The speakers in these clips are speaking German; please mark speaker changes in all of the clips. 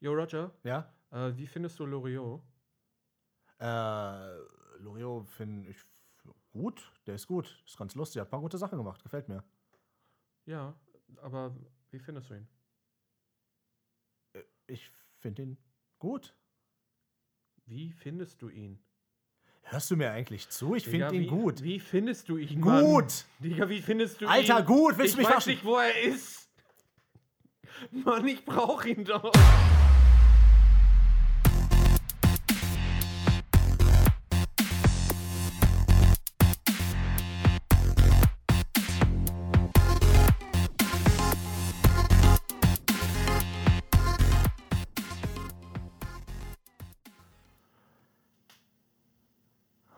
Speaker 1: Yo, Roger,
Speaker 2: Ja?
Speaker 1: äh, wie findest du Loriot?
Speaker 2: Äh, Loriot finde ich f- gut. Der ist gut. Ist ganz lustig. Hat ein paar gute Sachen gemacht. Gefällt mir.
Speaker 1: Ja, aber wie findest du ihn?
Speaker 2: Ich finde ihn gut.
Speaker 1: Wie findest du ihn?
Speaker 2: Hörst du mir eigentlich zu? Ich
Speaker 1: Digga,
Speaker 2: finde ihn
Speaker 1: wie,
Speaker 2: gut.
Speaker 1: Wie findest du ihn, Mann?
Speaker 2: gut!
Speaker 1: Digga, wie findest du ihn?
Speaker 2: Alter, gut!
Speaker 1: ich
Speaker 2: Willst du
Speaker 1: weiß
Speaker 2: mich verarschen?
Speaker 1: nicht, wo er ist. Mann, ich brauche ihn doch.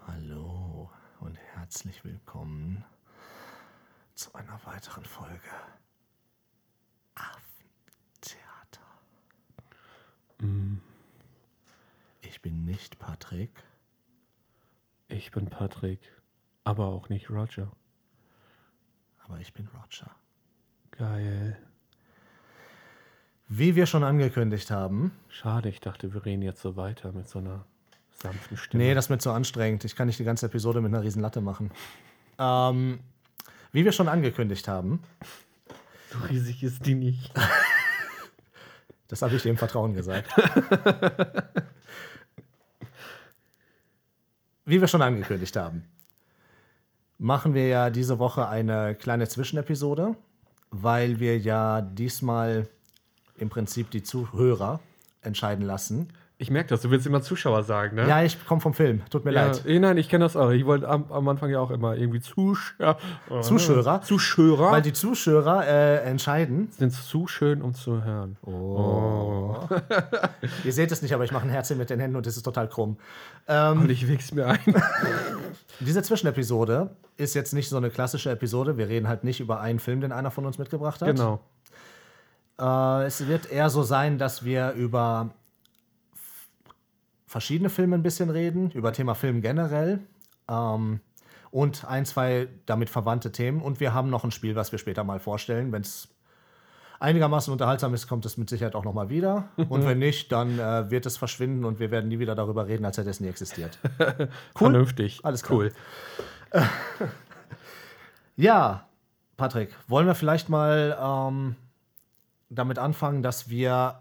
Speaker 2: Hallo und herzlich willkommen zu einer weiteren Folge Affentheater.
Speaker 1: Mm.
Speaker 2: Ich bin nicht Patrick.
Speaker 1: Ich bin Patrick, aber auch nicht Roger.
Speaker 2: Aber ich bin Roger.
Speaker 1: Geil.
Speaker 2: Wie wir schon angekündigt haben.
Speaker 1: Schade, ich dachte, wir reden jetzt so weiter mit so einer sanften Stimme.
Speaker 2: Nee, das ist mir zu anstrengend. Ich kann nicht die ganze Episode mit einer riesen Latte machen. Ähm, wie wir schon angekündigt haben,
Speaker 1: So riesig ist die nicht.
Speaker 2: das habe ich dir im Vertrauen gesagt. wie wir schon angekündigt haben, machen wir ja diese Woche eine kleine Zwischenepisode, weil wir ja diesmal im Prinzip die Zuhörer entscheiden lassen.
Speaker 1: Ich merke das, du willst immer Zuschauer sagen, ne?
Speaker 2: Ja, ich komme vom Film. Tut mir leid.
Speaker 1: eh, nein, ich kenne das auch. Ich wollte am, am Anfang ja auch immer irgendwie Zuschauer.
Speaker 2: Oh, Zuschauer?
Speaker 1: Zuschauer.
Speaker 2: Weil die Zuschauer äh, entscheiden.
Speaker 1: sind zu schön, um zu hören.
Speaker 2: Oh.
Speaker 1: Oh.
Speaker 2: Ihr seht es nicht, aber ich mache ein Herzchen mit den Händen und es ist total krumm. Ähm,
Speaker 1: Und ich wichs mir ein.
Speaker 2: Diese Zwischenepisode ist jetzt nicht so eine klassische Episode. Wir reden halt nicht über einen Film, den einer von uns mitgebracht hat.
Speaker 1: genau.
Speaker 2: Äh, es wird eher so sein, dass wir über f- verschiedene Filme ein bisschen reden, über Thema Film generell ähm, und ein, zwei damit verwandte Themen. Und wir haben noch ein Spiel, was wir später mal vorstellen. Wenn es einigermaßen unterhaltsam ist, kommt es mit Sicherheit auch nochmal wieder. Und wenn nicht, dann äh, wird es verschwinden und wir werden nie wieder darüber reden, als hätte es nie existiert.
Speaker 1: Vernünftig.
Speaker 2: Alles klar.
Speaker 1: cool.
Speaker 2: Ja, Patrick, wollen wir vielleicht mal ähm, damit anfangen, dass wir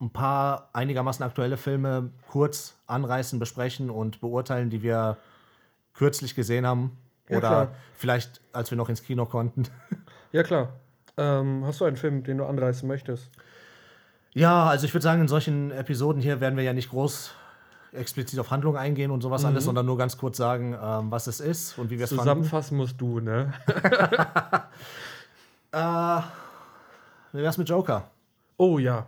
Speaker 2: ein paar einigermaßen aktuelle Filme kurz anreißen, besprechen und beurteilen, die wir kürzlich gesehen haben
Speaker 1: Ja,
Speaker 2: oder
Speaker 1: klar.
Speaker 2: vielleicht, als wir noch ins Kino konnten.
Speaker 1: Ja, klar. Ähm, hast du einen Film, den du anreißen möchtest?
Speaker 2: Ja, also ich würde sagen, in solchen Episoden hier werden wir ja nicht groß explizit auf Handlung eingehen und
Speaker 1: Mhm.
Speaker 2: sowas alles, sondern nur ganz kurz sagen, ähm, was es ist und wie wir es fanden.
Speaker 1: Zusammenfassen musst du, ne?
Speaker 2: Äh, Wie wär's mit Joker?
Speaker 1: Oh ja.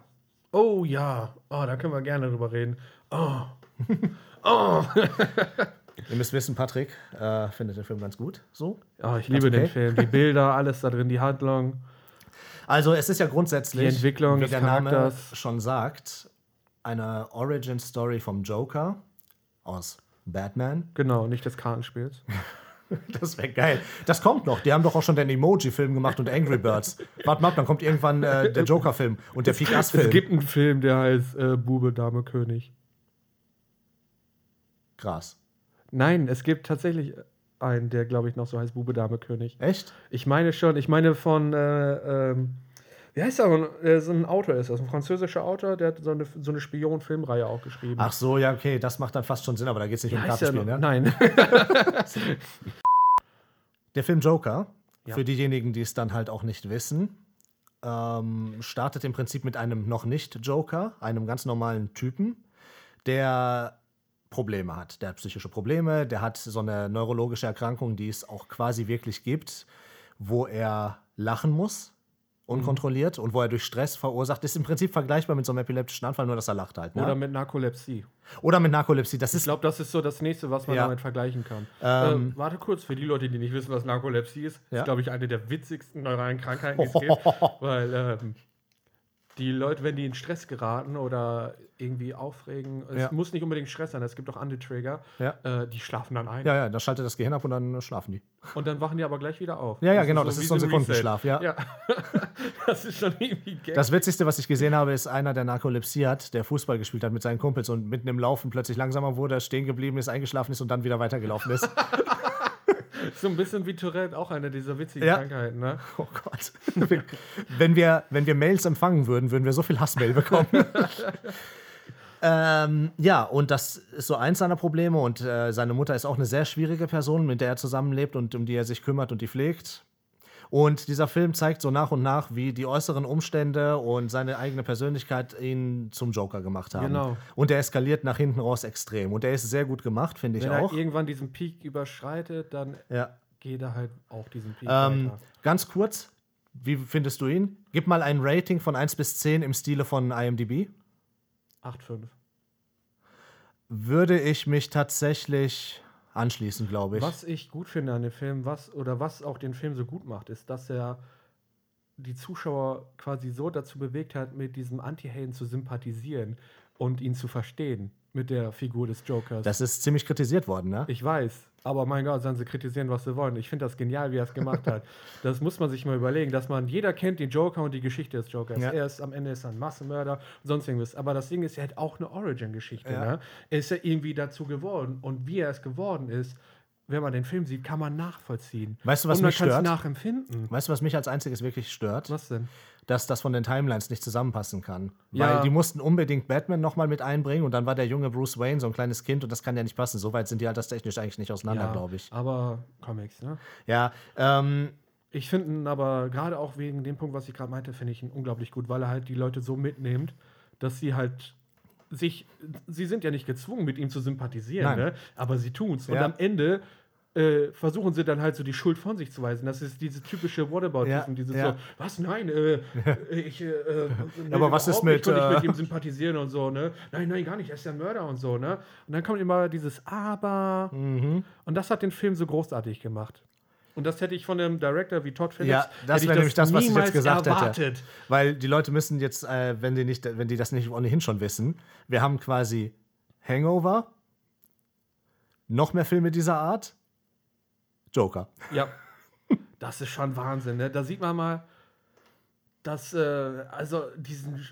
Speaker 1: Oh ja. Oh, da können wir gerne drüber reden. Oh.
Speaker 2: Ihr müsst wissen, Patrick äh, findet den Film ganz gut, so.
Speaker 1: Oh, ich liebe den
Speaker 2: okay.
Speaker 1: Film. Die Bilder, alles da drin, die Handlung.
Speaker 2: Also es ist ja grundsätzlich,
Speaker 1: Die Entwicklung
Speaker 2: wie
Speaker 1: des
Speaker 2: der Name
Speaker 1: Charakters.
Speaker 2: schon sagt, eine Origin Story vom Joker aus Batman.
Speaker 1: Genau, nicht des Kartenspiels.
Speaker 2: Das wäre geil. Das kommt noch. Die haben doch auch schon den Emoji-Film gemacht und Angry Birds. Warte mal, ab, dann kommt irgendwann äh, der Joker-Film und der
Speaker 1: Es
Speaker 2: Fikas-Film.
Speaker 1: gibt einen Film, der heißt äh, Bube, Dame, König.
Speaker 2: Gras.
Speaker 1: Nein, es gibt tatsächlich einen, der, glaube ich, noch so heißt Bube, Dame, König.
Speaker 2: Echt?
Speaker 1: Ich meine schon, ich meine von, äh, ähm, wie heißt er? Äh, So ein Autor ist das, ein französischer Autor, der hat so eine, so eine Spion-Filmreihe auch geschrieben.
Speaker 2: Ach so, ja, okay, das macht dann fast schon Sinn, aber da geht es nicht
Speaker 1: wie
Speaker 2: um
Speaker 1: heißt der
Speaker 2: Kartenspiel,
Speaker 1: noch?
Speaker 2: ne?
Speaker 1: Nein.
Speaker 2: Der Film Joker,
Speaker 1: Ja.
Speaker 2: für diejenigen, die es dann halt auch nicht wissen, ähm, startet im Prinzip mit einem noch nicht Joker, einem ganz normalen Typen, der Probleme hat. Der hat psychische Probleme, der hat so eine neurologische Erkrankung, die es auch quasi wirklich gibt, wo er lachen muss,
Speaker 1: Mhm.
Speaker 2: unkontrolliert, und wo er durch Stress verursacht, ist im Prinzip vergleichbar mit so einem epileptischen Anfall, nur dass er lacht halt. Ne?
Speaker 1: Oder mit Narkolepsie.
Speaker 2: Oder mit Narkolepsie, das
Speaker 1: Ich
Speaker 2: ist
Speaker 1: glaube, das ist so das nächste, was man
Speaker 2: Ja.
Speaker 1: damit vergleichen kann.
Speaker 2: Ähm.
Speaker 1: äh, warte kurz, für die Leute, die nicht wissen, was Narkolepsie ist,
Speaker 2: Ja.
Speaker 1: ist, glaube ich, eine der witzigsten neuralen Krankheiten, die es gibt. Weil ähm, die Leute, wenn die in Stress geraten oder irgendwie aufregen, es
Speaker 2: Ja.
Speaker 1: muss nicht unbedingt Stress sein, es gibt auch andere Trigger,
Speaker 2: Ja.
Speaker 1: äh, die schlafen dann ein
Speaker 2: Ja, ja, da schaltet das Gehirn ab und dann äh, schlafen die.
Speaker 1: und dann wachen die aber gleich wieder auf.
Speaker 2: Ja, ja, genau, das
Speaker 1: wie
Speaker 2: ist so ein
Speaker 1: Reset.
Speaker 2: Sekundenschlaf, ja.
Speaker 1: ja. das ist schon irgendwie geil.
Speaker 2: Das Witzigste, was ich gesehen habe, ist einer, der Narkolepsie hat, der Fußball gespielt hat mit seinen Kumpels und mitten im Laufen plötzlich langsamer wurde, stehen geblieben ist, eingeschlafen ist und dann wieder weitergelaufen ist.
Speaker 1: so ein bisschen wie Tourette, auch eine dieser witzigen
Speaker 2: Ja.
Speaker 1: Krankheiten. Ne?
Speaker 2: Oh Gott. wenn, wir, wenn wir Mails empfangen würden, würden wir so viel Hassmail bekommen. ähm, ja, und das ist so eins seiner Probleme. Und äh, seine Mutter ist auch eine sehr schwierige Person, mit der er zusammenlebt und um die er sich kümmert und die pflegt. Und dieser Film zeigt so nach und nach, wie die äußeren Umstände und seine eigene Persönlichkeit ihn zum Joker gemacht haben.
Speaker 1: Genau.
Speaker 2: Und er eskaliert nach hinten raus extrem. Und er ist sehr gut gemacht, finde ich
Speaker 1: Wenn
Speaker 2: auch.
Speaker 1: er irgendwann diesen Peak überschreitet, dann
Speaker 2: Ja.
Speaker 1: geht er halt auch diesen Peak
Speaker 2: Ähm,
Speaker 1: weiter.
Speaker 2: ganz kurz, wie findest du ihn? Gib mal ein Rating von 1 bis 10 im Stile von IMDb.
Speaker 1: 8,5.
Speaker 2: Würde ich mich tatsächlich anschließen, glaube ich.
Speaker 1: Was ich gut finde an dem Film, was oder was auch den Film so gut macht, ist, dass er die Zuschauer quasi so dazu bewegt hat, mit diesem Anti-Helden zu sympathisieren und ihn zu verstehen mit der Figur des Jokers.
Speaker 2: Das ist ziemlich kritisiert worden, ne?
Speaker 1: ich weiß, aber mein Gott, sollen sie kritisieren, was sie wollen. Ich finde das genial, wie er es gemacht hat. Das muss man sich mal überlegen, dass man, jeder kennt den Joker und die Geschichte des Jokers.
Speaker 2: Ja.
Speaker 1: Er ist am Ende ist er ein Massenmörder und sonst irgendwas. Aber das Ding ist, er hat auch eine Origin-Geschichte.
Speaker 2: Ja.
Speaker 1: Ne? Er ist ja irgendwie dazu geworden. Und wie er es geworden ist, wenn man den Film sieht, kann man nachvollziehen.
Speaker 2: Weißt du, was
Speaker 1: und man
Speaker 2: mich
Speaker 1: kann es
Speaker 2: stört?
Speaker 1: nachempfinden.
Speaker 2: Weißt du, was mich als einziges wirklich stört?
Speaker 1: Was denn?
Speaker 2: Dass das von den Timelines nicht zusammenpassen kann.
Speaker 1: Ja.
Speaker 2: Weil die mussten unbedingt Batman nochmal mit einbringen und dann war der junge Bruce Wayne so ein kleines Kind und das kann ja nicht passen. Soweit sind die alterstechnisch eigentlich nicht auseinander, glaube ich.
Speaker 1: Aber Comics, ne?
Speaker 2: Ja, ähm,
Speaker 1: Ich finde ihn aber gerade auch wegen dem Punkt, was ich gerade meinte, finde ich ihn unglaublich gut, weil er halt die Leute so mitnimmt, dass sie halt sich, sie sind ja nicht gezwungen, mit ihm zu sympathisieren,
Speaker 2: Nein.
Speaker 1: ne? aber sie tun's. Und
Speaker 2: Ja.
Speaker 1: am Ende äh, versuchen sie dann halt so die Schuld von sich zu weisen. Das ist dieses typische Whataboutism,
Speaker 2: Ja,
Speaker 1: dieses
Speaker 2: ja.
Speaker 1: so, was, nein, äh, ich, äh, äh, nee,
Speaker 2: Aber was ist
Speaker 1: überhaupt nicht,
Speaker 2: mit,
Speaker 1: kann ich mit
Speaker 2: äh,
Speaker 1: ihm sympathisieren und so, ne? Nein, nein, gar nicht, er ist ja ein Mörder und so, ne? Und dann kommt immer dieses
Speaker 2: Hm.
Speaker 1: Aber. Und das hat den Film so großartig gemacht. Und das hätte ich von einem Director wie Todd Phillips
Speaker 2: Ja, das
Speaker 1: hätte ich
Speaker 2: wäre nämlich das, was ich jetzt
Speaker 1: niemals
Speaker 2: gesagt hätte.
Speaker 1: erwartet.
Speaker 2: Weil die Leute müssen jetzt, äh, wenn, die nicht, wenn die das nicht ohnehin schon wissen, wir haben quasi Hangover, noch mehr Filme dieser Art, Joker.
Speaker 1: Ja, das ist schon Wahnsinn. Ne? Da sieht man mal, dass äh, also diesen,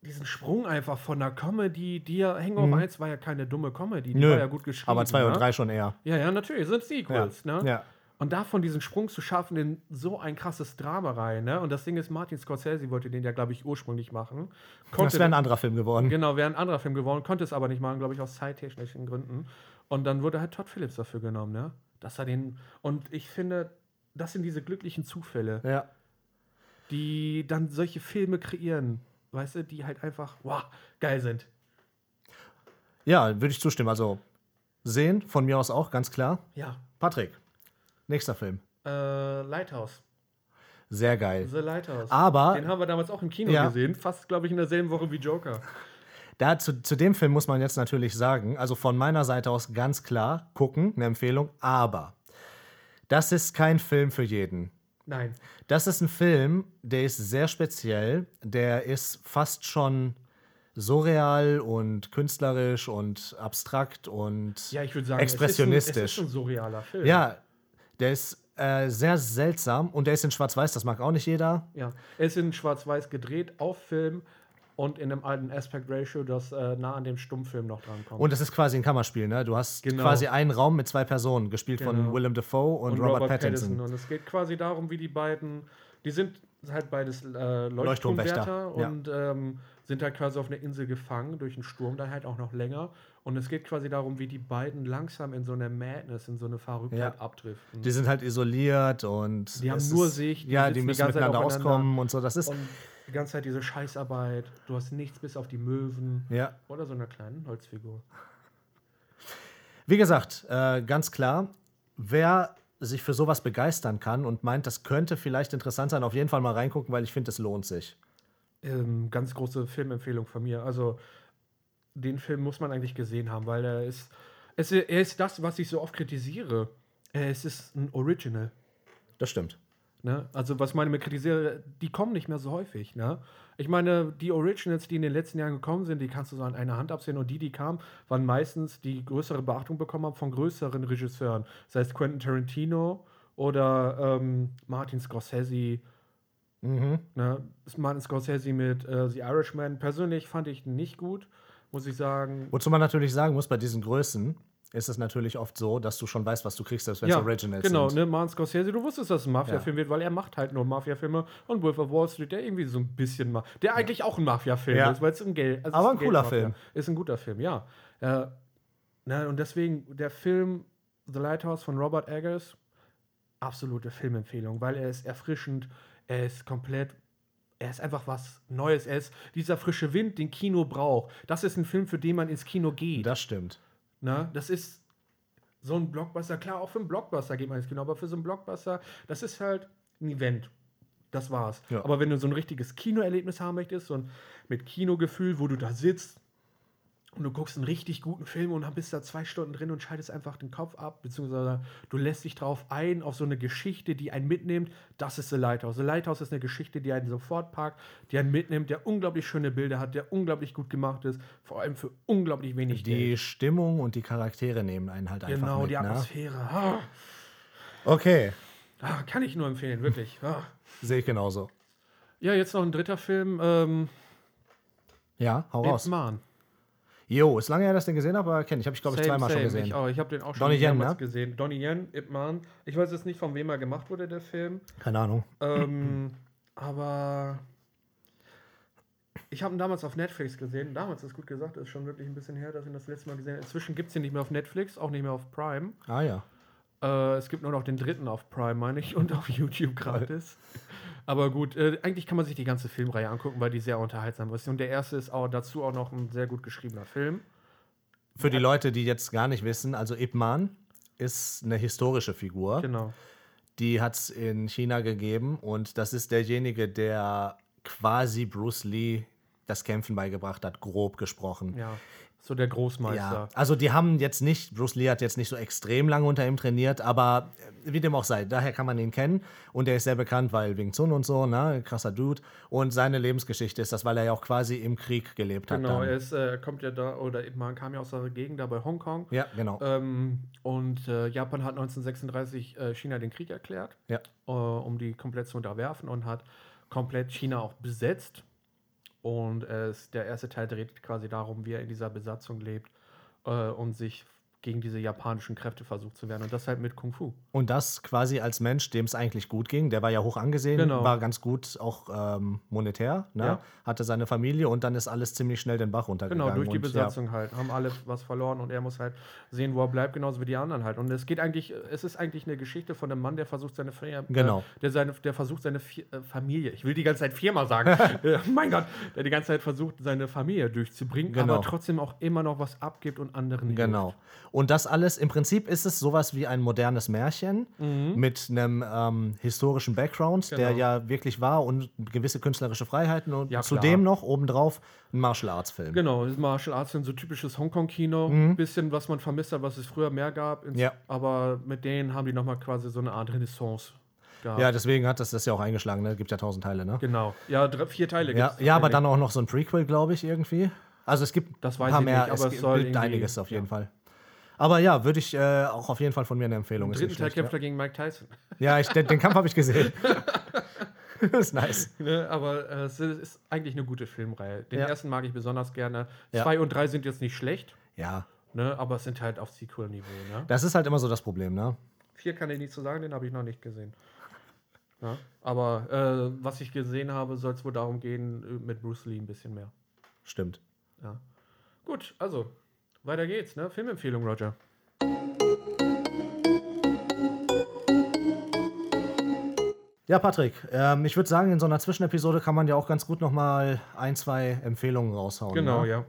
Speaker 1: diesen Sprung einfach von einer Comedy, die ja Hangover 1 war ja keine dumme Comedy, die
Speaker 2: Mhm. Nö,
Speaker 1: war ja gut geschrieben.
Speaker 2: Aber zwei und
Speaker 1: ne?
Speaker 2: drei schon eher.
Speaker 1: Ja, ja, natürlich, sind
Speaker 2: Ja.
Speaker 1: Sequels, ne?
Speaker 2: ja.
Speaker 1: Und davon diesen Sprung zu schaffen in so ein krasses Drama rein, ne? Und das Ding ist, Martin Scorsese wollte den ja, glaube ich, ursprünglich machen.
Speaker 2: Das wäre ein anderer Film geworden.
Speaker 1: Genau, wäre ein anderer Film geworden, konnte es aber nicht machen, glaube ich, aus zeittechnischen Gründen. Und dann wurde halt Todd Phillips dafür genommen, ne? Dass er den. Und ich finde, das sind diese glücklichen Zufälle,
Speaker 2: Ja.
Speaker 1: die dann solche Filme kreieren, weißt du, die halt einfach, wow, geil sind.
Speaker 2: ja, würde ich zustimmen. Also sehen, von mir aus auch, ganz klar.
Speaker 1: Ja.
Speaker 2: Patrick, nächster Film.
Speaker 1: Äh, Lighthouse.
Speaker 2: Sehr geil.
Speaker 1: The Lighthouse.
Speaker 2: Aber-
Speaker 1: Den haben wir damals auch im Kino
Speaker 2: Ah. Ja.
Speaker 1: gesehen, fast, glaube ich, in derselben Woche wie Joker.
Speaker 2: Da, zu, zu dem Film muss man jetzt natürlich sagen, also von meiner Seite aus ganz klar, gucken, eine Empfehlung, aber das ist kein Film für jeden.
Speaker 1: Nein.
Speaker 2: Das ist ein Film, der ist sehr speziell. Der ist fast schon surreal und künstlerisch und abstrakt und
Speaker 1: Ja, ich würde sagen, Es ist, ein, es ist
Speaker 2: expressionistisch.
Speaker 1: ein surrealer Film.
Speaker 2: ja, der ist äh, sehr seltsam und der ist in Schwarz-Weiß. Das mag auch nicht jeder.
Speaker 1: Ja, es ist in Schwarz-Weiß gedreht, auf Film und in einem alten Aspect Ratio, das äh, nah an dem Stummfilm noch dran kommt.
Speaker 2: Und das ist quasi ein Kammerspiel. Ne, du hast
Speaker 1: Genau.
Speaker 2: quasi einen Raum mit zwei Personen, gespielt von
Speaker 1: Genau.
Speaker 2: Willem Dafoe und, Robert, Pattinson.
Speaker 1: Und es geht quasi darum, wie die beiden, die sind halt beides äh,
Speaker 2: Leuchtturmwächter,
Speaker 1: Leuchtturmwärter
Speaker 2: ja.
Speaker 1: und ähm, sind halt quasi auf einer Insel gefangen, durch einen Sturm dann halt auch noch länger. Und es geht quasi darum, wie die beiden langsam in so eine Madness, in so eine Verrücktheit
Speaker 2: Ja.
Speaker 1: abdriften.
Speaker 2: Die sind halt isoliert und
Speaker 1: Die haben
Speaker 2: es
Speaker 1: nur
Speaker 2: ist,
Speaker 1: sich, die
Speaker 2: ja,
Speaker 1: sitzen
Speaker 2: die
Speaker 1: die
Speaker 2: müssen
Speaker 1: ganze Zeit
Speaker 2: miteinander
Speaker 1: aufeinander.
Speaker 2: auskommen und so. Das ist
Speaker 1: und die ganze Zeit diese Scheißarbeit, du hast nichts bis auf die Möwen.
Speaker 2: ja.
Speaker 1: Oder so einer kleinen Holzfigur.
Speaker 2: Wie gesagt, äh, ganz klar, wer sich für sowas begeistern kann und meint, das könnte vielleicht interessant sein, auf jeden Fall mal reingucken, weil ich finde, es lohnt sich.
Speaker 1: Ähm, ganz große Filmempfehlung von mir. Also den Film muss man eigentlich gesehen haben, weil er ist, es, Äh, er ist das, was ich so oft kritisiere. Es ist ein Original.
Speaker 2: Das stimmt.
Speaker 1: Ne? Also, was ich meine mit kritisiere, die kommen nicht mehr so häufig. Ne? Ich meine, die Originals, die in den letzten Jahren gekommen sind, die kannst du so an einer Hand absehen. Und die, die kamen, waren meistens die größere Beachtung bekommen haben von größeren Regisseuren. Das heißt Quentin Tarantino oder ähm, Martin Scorsese.
Speaker 2: Mhm.
Speaker 1: Ne? Martin Scorsese mit äh, The Irishman. Persönlich fand ich nicht gut, muss ich sagen.
Speaker 2: Wozu man natürlich sagen muss, bei diesen Größen ist es natürlich oft so, dass du schon weißt, was du kriegst, selbst wenn es Originals
Speaker 1: genau,
Speaker 2: sind.
Speaker 1: ne, Martin Scorsese, du wusstest, dass es ein Mafia-Film wird, weil er macht halt nur Mafia-Filme und Wolf of Wall Street, der irgendwie so ein bisschen, ma der eigentlich auch ein Mafia-Film
Speaker 2: Ja.
Speaker 1: ist, weil es ein Geld, also es
Speaker 2: Aber
Speaker 1: ist
Speaker 2: ein cooler
Speaker 1: Geldmafia.
Speaker 2: Film.
Speaker 1: Ist ein guter Film, ja. Äh, na, und deswegen, der Film The Lighthouse von Robert Eggers, absolute Filmempfehlung, weil er ist erfrischend, er ist komplett er ist einfach was Neues. Er ist dieser frische Wind, den Kino braucht. Das ist ein Film, für den man ins Kino geht.
Speaker 2: Das stimmt.
Speaker 1: Ne?
Speaker 2: Mhm.
Speaker 1: Das ist so ein Blockbuster. Klar, auch für einen Blockbuster geht man ins Kino, aber für so einen Blockbuster, das ist halt ein Event. Das war's.
Speaker 2: Ja.
Speaker 1: Aber wenn du so ein richtiges Kinoerlebnis haben möchtest, so ein mit Kinogefühl, wo du da sitzt und du guckst einen richtig guten Film und dann bist da zwei Stunden drin und schaltest einfach den Kopf ab, beziehungsweise du lässt dich drauf ein, auf so eine Geschichte, die einen mitnimmt, das ist The Lighthouse. The Lighthouse ist eine Geschichte, die einen sofort packt, die einen mitnimmt, der unglaublich schöne Bilder hat, der unglaublich gut gemacht ist, vor allem für unglaublich wenig Geld.
Speaker 2: Die Stimmung und die Charaktere nehmen einen halt einfach
Speaker 1: Genau,
Speaker 2: mit.
Speaker 1: die
Speaker 2: ne?
Speaker 1: Atmosphäre. Ah,
Speaker 2: Okay,
Speaker 1: ah, kann ich nur empfehlen, wirklich. Ah.
Speaker 2: sehe ich genauso.
Speaker 1: Ja, jetzt noch ein dritter Film. Ähm,
Speaker 2: Ja, hau
Speaker 1: Raus.
Speaker 2: raus. Jo, ist lange her, dass ich den gesehen habe, aber kenne ich. Habe ich, glaube ich, zweimal schon gesehen.
Speaker 1: Ich, auch. ich habe den auch schon
Speaker 2: Donnie Yen,
Speaker 1: mehrmals
Speaker 2: ne?
Speaker 1: gesehen. Donnie Yen, Ip Man. Ich weiß jetzt nicht, von wem er gemacht wurde, der Film.
Speaker 2: Keine Ahnung.
Speaker 1: Ähm, aber ich habe ihn damals auf Netflix gesehen. Damals ist gut gesagt, ist schon wirklich ein bisschen her, dass ich ihn das letzte Mal gesehen habe. Inzwischen gibt es ihn nicht mehr auf Netflix, auch nicht mehr auf Prime.
Speaker 2: Ah ja.
Speaker 1: Äh, es gibt nur noch den dritten auf Prime, meine ich, und auf YouTube gratis. Aber gut, äh, eigentlich kann man sich die ganze Filmreihe angucken, weil die sehr unterhaltsam ist. Und der erste ist auch dazu auch noch ein sehr gut geschriebener Film.
Speaker 2: Für die Leute, die jetzt gar nicht wissen, also Ip Man ist eine historische Figur.
Speaker 1: Genau.
Speaker 2: Die hat es in China gegeben und das ist derjenige, der quasi Bruce Lee das Kämpfen beigebracht hat, grob gesprochen.
Speaker 1: Ja. So der Großmeister.
Speaker 2: Ja, also die haben jetzt nicht, Bruce Lee hat jetzt nicht so extrem lange unter ihm trainiert, aber äh, wie dem auch sei, daher kann man ihn kennen und er ist sehr bekannt, weil Wing Chun und so, ne, krasser Dude und seine Lebensgeschichte ist das, weil er ja auch quasi im Krieg gelebt hat.
Speaker 1: Genau,
Speaker 2: dann.
Speaker 1: er ist, äh, kommt ja da, oder man kam ja aus der Gegend da bei Hongkong.
Speaker 2: ja, genau.
Speaker 1: Ähm, und äh, Japan hat 1936 äh, China den Krieg erklärt.
Speaker 2: ja.
Speaker 1: äh, um die komplett zu unterwerfen und hat komplett China auch besetzt. Und äh, es, der erste Teil dreht quasi darum, wie er in dieser Besatzung lebt äh, und sich gegen diese japanischen Kräfte versucht zu werden. Und das halt mit Kung Fu.
Speaker 2: Und das quasi als Mensch, dem es eigentlich gut ging, der war ja hoch angesehen,
Speaker 1: Genau.
Speaker 2: war ganz gut auch ähm, monetär, ne?
Speaker 1: Ja.
Speaker 2: hatte seine Familie und dann ist alles ziemlich schnell den Bach runtergegangen.
Speaker 1: Genau, durch die
Speaker 2: und,
Speaker 1: Besatzung halt. Haben alle was verloren und er muss halt sehen, wo er bleibt, genauso wie die anderen halt. Und es geht eigentlich, es ist eigentlich eine Geschichte von einem Mann, der versucht seine Firma,
Speaker 2: Genau.
Speaker 1: äh, der, seine, der versucht seine Fi äh, Familie, ich will die ganze Zeit Firma sagen, äh, mein Gott, der die ganze Zeit versucht, seine Familie durchzubringen,
Speaker 2: Genau.
Speaker 1: aber trotzdem auch immer noch was abgibt und anderen
Speaker 2: Ja. Genau. Und das alles, im Prinzip ist es sowas wie ein modernes Märchen mit einem ähm, historischen Background,
Speaker 1: Mhm.
Speaker 2: der
Speaker 1: Genau.
Speaker 2: ja wirklich war und gewisse künstlerische Freiheiten und
Speaker 1: Ja, klar.
Speaker 2: zudem noch obendrauf ein Martial Arts Film.
Speaker 1: Genau, das Martial Arts sind so typisches Hongkong-Kino. Bisschen, was man vermisst hat, was es früher mehr gab. Ins-
Speaker 2: Mhm. Ja.
Speaker 1: Aber mit denen haben die nochmal quasi so eine Art Renaissance gehabt.
Speaker 2: Ja, deswegen hat das das ja auch eingeschlagen, ne? Gibt ja tausend Teile, ne?
Speaker 1: Genau. Ja, drei, vier Teile
Speaker 2: Ja,
Speaker 1: gibt's
Speaker 2: ja, aber
Speaker 1: tatsächlich.
Speaker 2: dann auch noch so ein Prequel, glaube ich, irgendwie. Also es gibt
Speaker 1: Das
Speaker 2: ein
Speaker 1: weiß
Speaker 2: paar
Speaker 1: ich
Speaker 2: mehr,
Speaker 1: nicht, aber
Speaker 2: es
Speaker 1: es soll
Speaker 2: gibt
Speaker 1: irgendwie-
Speaker 2: einiges auf jeden
Speaker 1: ja.
Speaker 2: Fall. Aber ja, würde ich äh, auch auf jeden Fall von mir eine Empfehlung.
Speaker 1: Im
Speaker 2: ist
Speaker 1: dritten
Speaker 2: nicht
Speaker 1: Teil
Speaker 2: schlecht,
Speaker 1: kämpft er gegen Mike Tyson.
Speaker 2: ja, ja ich, den, den Kampf habe ich gesehen. ist nice.
Speaker 1: Ne? Aber äh, es ist ist eigentlich eine gute Filmreihe. Den
Speaker 2: Ja.
Speaker 1: ersten mag ich besonders gerne.
Speaker 2: Ja.
Speaker 1: Zwei und drei sind jetzt nicht schlecht,
Speaker 2: Ja,
Speaker 1: ne? aber es sind halt auf Sequel-Niveau. Ne?
Speaker 2: das ist halt immer so das Problem, ne?
Speaker 1: Vier kann ich nicht so sagen, den habe ich noch nicht gesehen. Ja? Aber äh, was ich gesehen habe, soll es wohl darum gehen, äh, mit Bruce Lee ein bisschen mehr.
Speaker 2: Stimmt.
Speaker 1: Ja. Gut, also, weiter geht's, ne? Filmempfehlung, Roger.
Speaker 2: Ja, Patrick, ähm, ich würde sagen, in so einer Zwischenepisode kann man ja auch ganz gut nochmal ein, zwei Empfehlungen raushauen.
Speaker 1: Genau,
Speaker 2: ne?
Speaker 1: ja.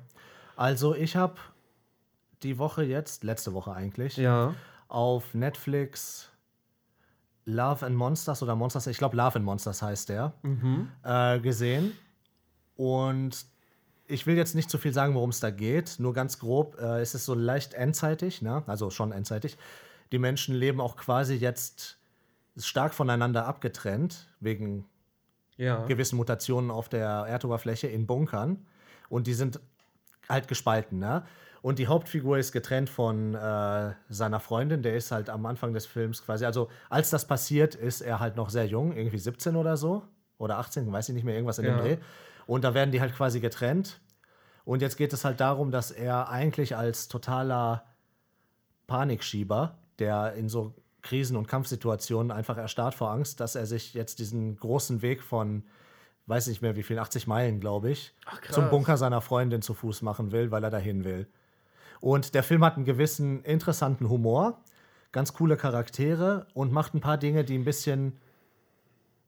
Speaker 2: Also ich habe die Woche jetzt, letzte Woche eigentlich,
Speaker 1: Ja.
Speaker 2: auf Netflix Love and Monsters oder Monsters, ich glaube Love and Monsters heißt der,
Speaker 1: Mhm.
Speaker 2: äh, gesehen. Und ich will jetzt nicht zu viel sagen, worum es da geht, nur ganz grob, äh, es ist so leicht endzeitig, ne? also schon endzeitig. Die Menschen leben auch quasi jetzt stark voneinander abgetrennt, wegen
Speaker 1: Ja.
Speaker 2: gewissen Mutationen auf der Erdoberfläche in Bunkern. Und die sind halt gespalten, ne? Und die Hauptfigur ist getrennt von äh, seiner Freundin, der ist halt am Anfang des Films quasi, also als das passiert, ist er halt noch sehr jung, irgendwie 17 oder so, oder 18, weiß ich nicht mehr, irgendwas in
Speaker 1: Ja.
Speaker 2: dem Dreh. Und da werden die halt quasi getrennt. Und jetzt geht es halt darum, dass er eigentlich als totaler Panikschieber, der in so Krisen und Kampfsituationen einfach erstarrt vor Angst, dass er sich jetzt diesen großen Weg von, weiß nicht mehr wie viel, 80 Meilen, glaube ich,
Speaker 1: Ach, krass.
Speaker 2: zum Bunker seiner Freundin zu Fuß machen will, weil er dahin will. Und der Film hat einen gewissen interessanten Humor, ganz coole Charaktere und macht ein paar Dinge, die ein bisschen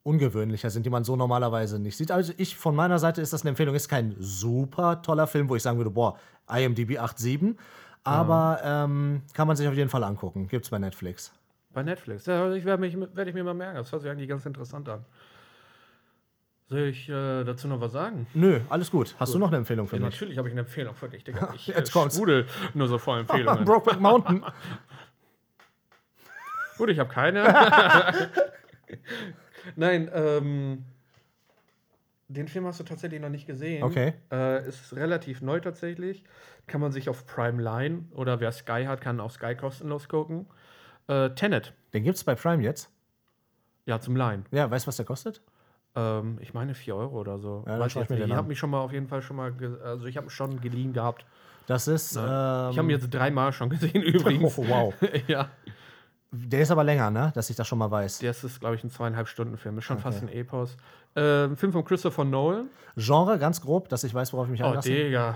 Speaker 2: ungewöhnlicher sind, die man so normalerweise nicht sieht. Also ich von meiner Seite ist das eine Empfehlung. Ist kein super toller Film, wo ich sagen würde, boah, IMDb 8,7. Aber ähm, kann man sich auf jeden Fall angucken. Gibt's bei Netflix.
Speaker 1: Bei Netflix. Ja, also ich werde mich, werd ich mir mal merken. Das hört sich eigentlich ganz interessant an. Soll ich äh, dazu noch was sagen?
Speaker 2: Nö, alles gut. Hast du noch eine Empfehlung für
Speaker 1: Ja,
Speaker 2: mich?
Speaker 1: natürlich habe ich eine Empfehlung für dich, Digga. Ich
Speaker 2: Jetzt
Speaker 1: äh,
Speaker 2: kommt's.
Speaker 1: sprudel nur so vor Empfehlungen.
Speaker 2: Brokeback Mountain.
Speaker 1: Gut, ich habe keine. Nein, ähm, den Film hast du tatsächlich noch nicht gesehen.
Speaker 2: Okay.
Speaker 1: Äh, ist relativ neu tatsächlich. Kann man sich auf Prime Line oder wer Sky hat, kann auf Sky kostenlos gucken. Äh, Tenet,
Speaker 2: Den gibt's bei Prime jetzt.
Speaker 1: ja, zum Line.
Speaker 2: Ja, weißt du, was der kostet?
Speaker 1: Ähm, ich meine 4 Euro oder so.
Speaker 2: Ja, dann
Speaker 1: Weiß
Speaker 2: schau
Speaker 1: jetzt
Speaker 2: ich mir
Speaker 1: nicht.
Speaker 2: den
Speaker 1: ich
Speaker 2: an.
Speaker 1: habe mich schon mal auf jeden Fall schon mal, ge- also ich habe schon geliehen gehabt.
Speaker 2: Das ist. Ähm,
Speaker 1: ich habe ihn jetzt dreimal schon gesehen übrigens.
Speaker 2: Oh, wow.
Speaker 1: ja,
Speaker 2: Der ist aber länger, ne? Dass ich das schon mal weiß.
Speaker 1: das ist glaube ich ein zweieinhalb Stunden Film, ist schon fast ein Epos. Ähm, Film von Christopher Nolan.
Speaker 2: Genre ganz grob, dass ich weiß, worauf ich mich
Speaker 1: Oh,
Speaker 2: einlasse.
Speaker 1: Digga.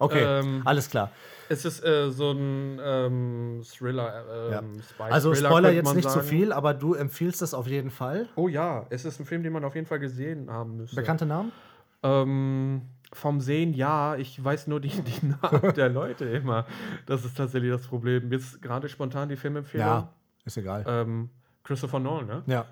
Speaker 2: Okay,
Speaker 1: ähm,
Speaker 2: alles klar.
Speaker 1: Es ist äh, so ein ähm, Thriller. Ähm, Spy
Speaker 2: Also
Speaker 1: Thriller,
Speaker 2: Spoiler
Speaker 1: könnte
Speaker 2: jetzt
Speaker 1: man
Speaker 2: nicht zu
Speaker 1: sagen.
Speaker 2: viel, aber du empfiehlst das auf jeden Fall.
Speaker 1: Oh ja, es ist ein Film, den man auf jeden Fall gesehen haben müsste.
Speaker 2: Bekannte Namen?
Speaker 1: Ähm, vom Sehen ja, ich weiß nur die, die Namen der Leute immer. Das ist tatsächlich das Problem. Jetzt gerade spontan die Filmempfehlung.
Speaker 2: Ja, ist egal.
Speaker 1: Ähm, Christopher Nolan, ne?
Speaker 2: Ja.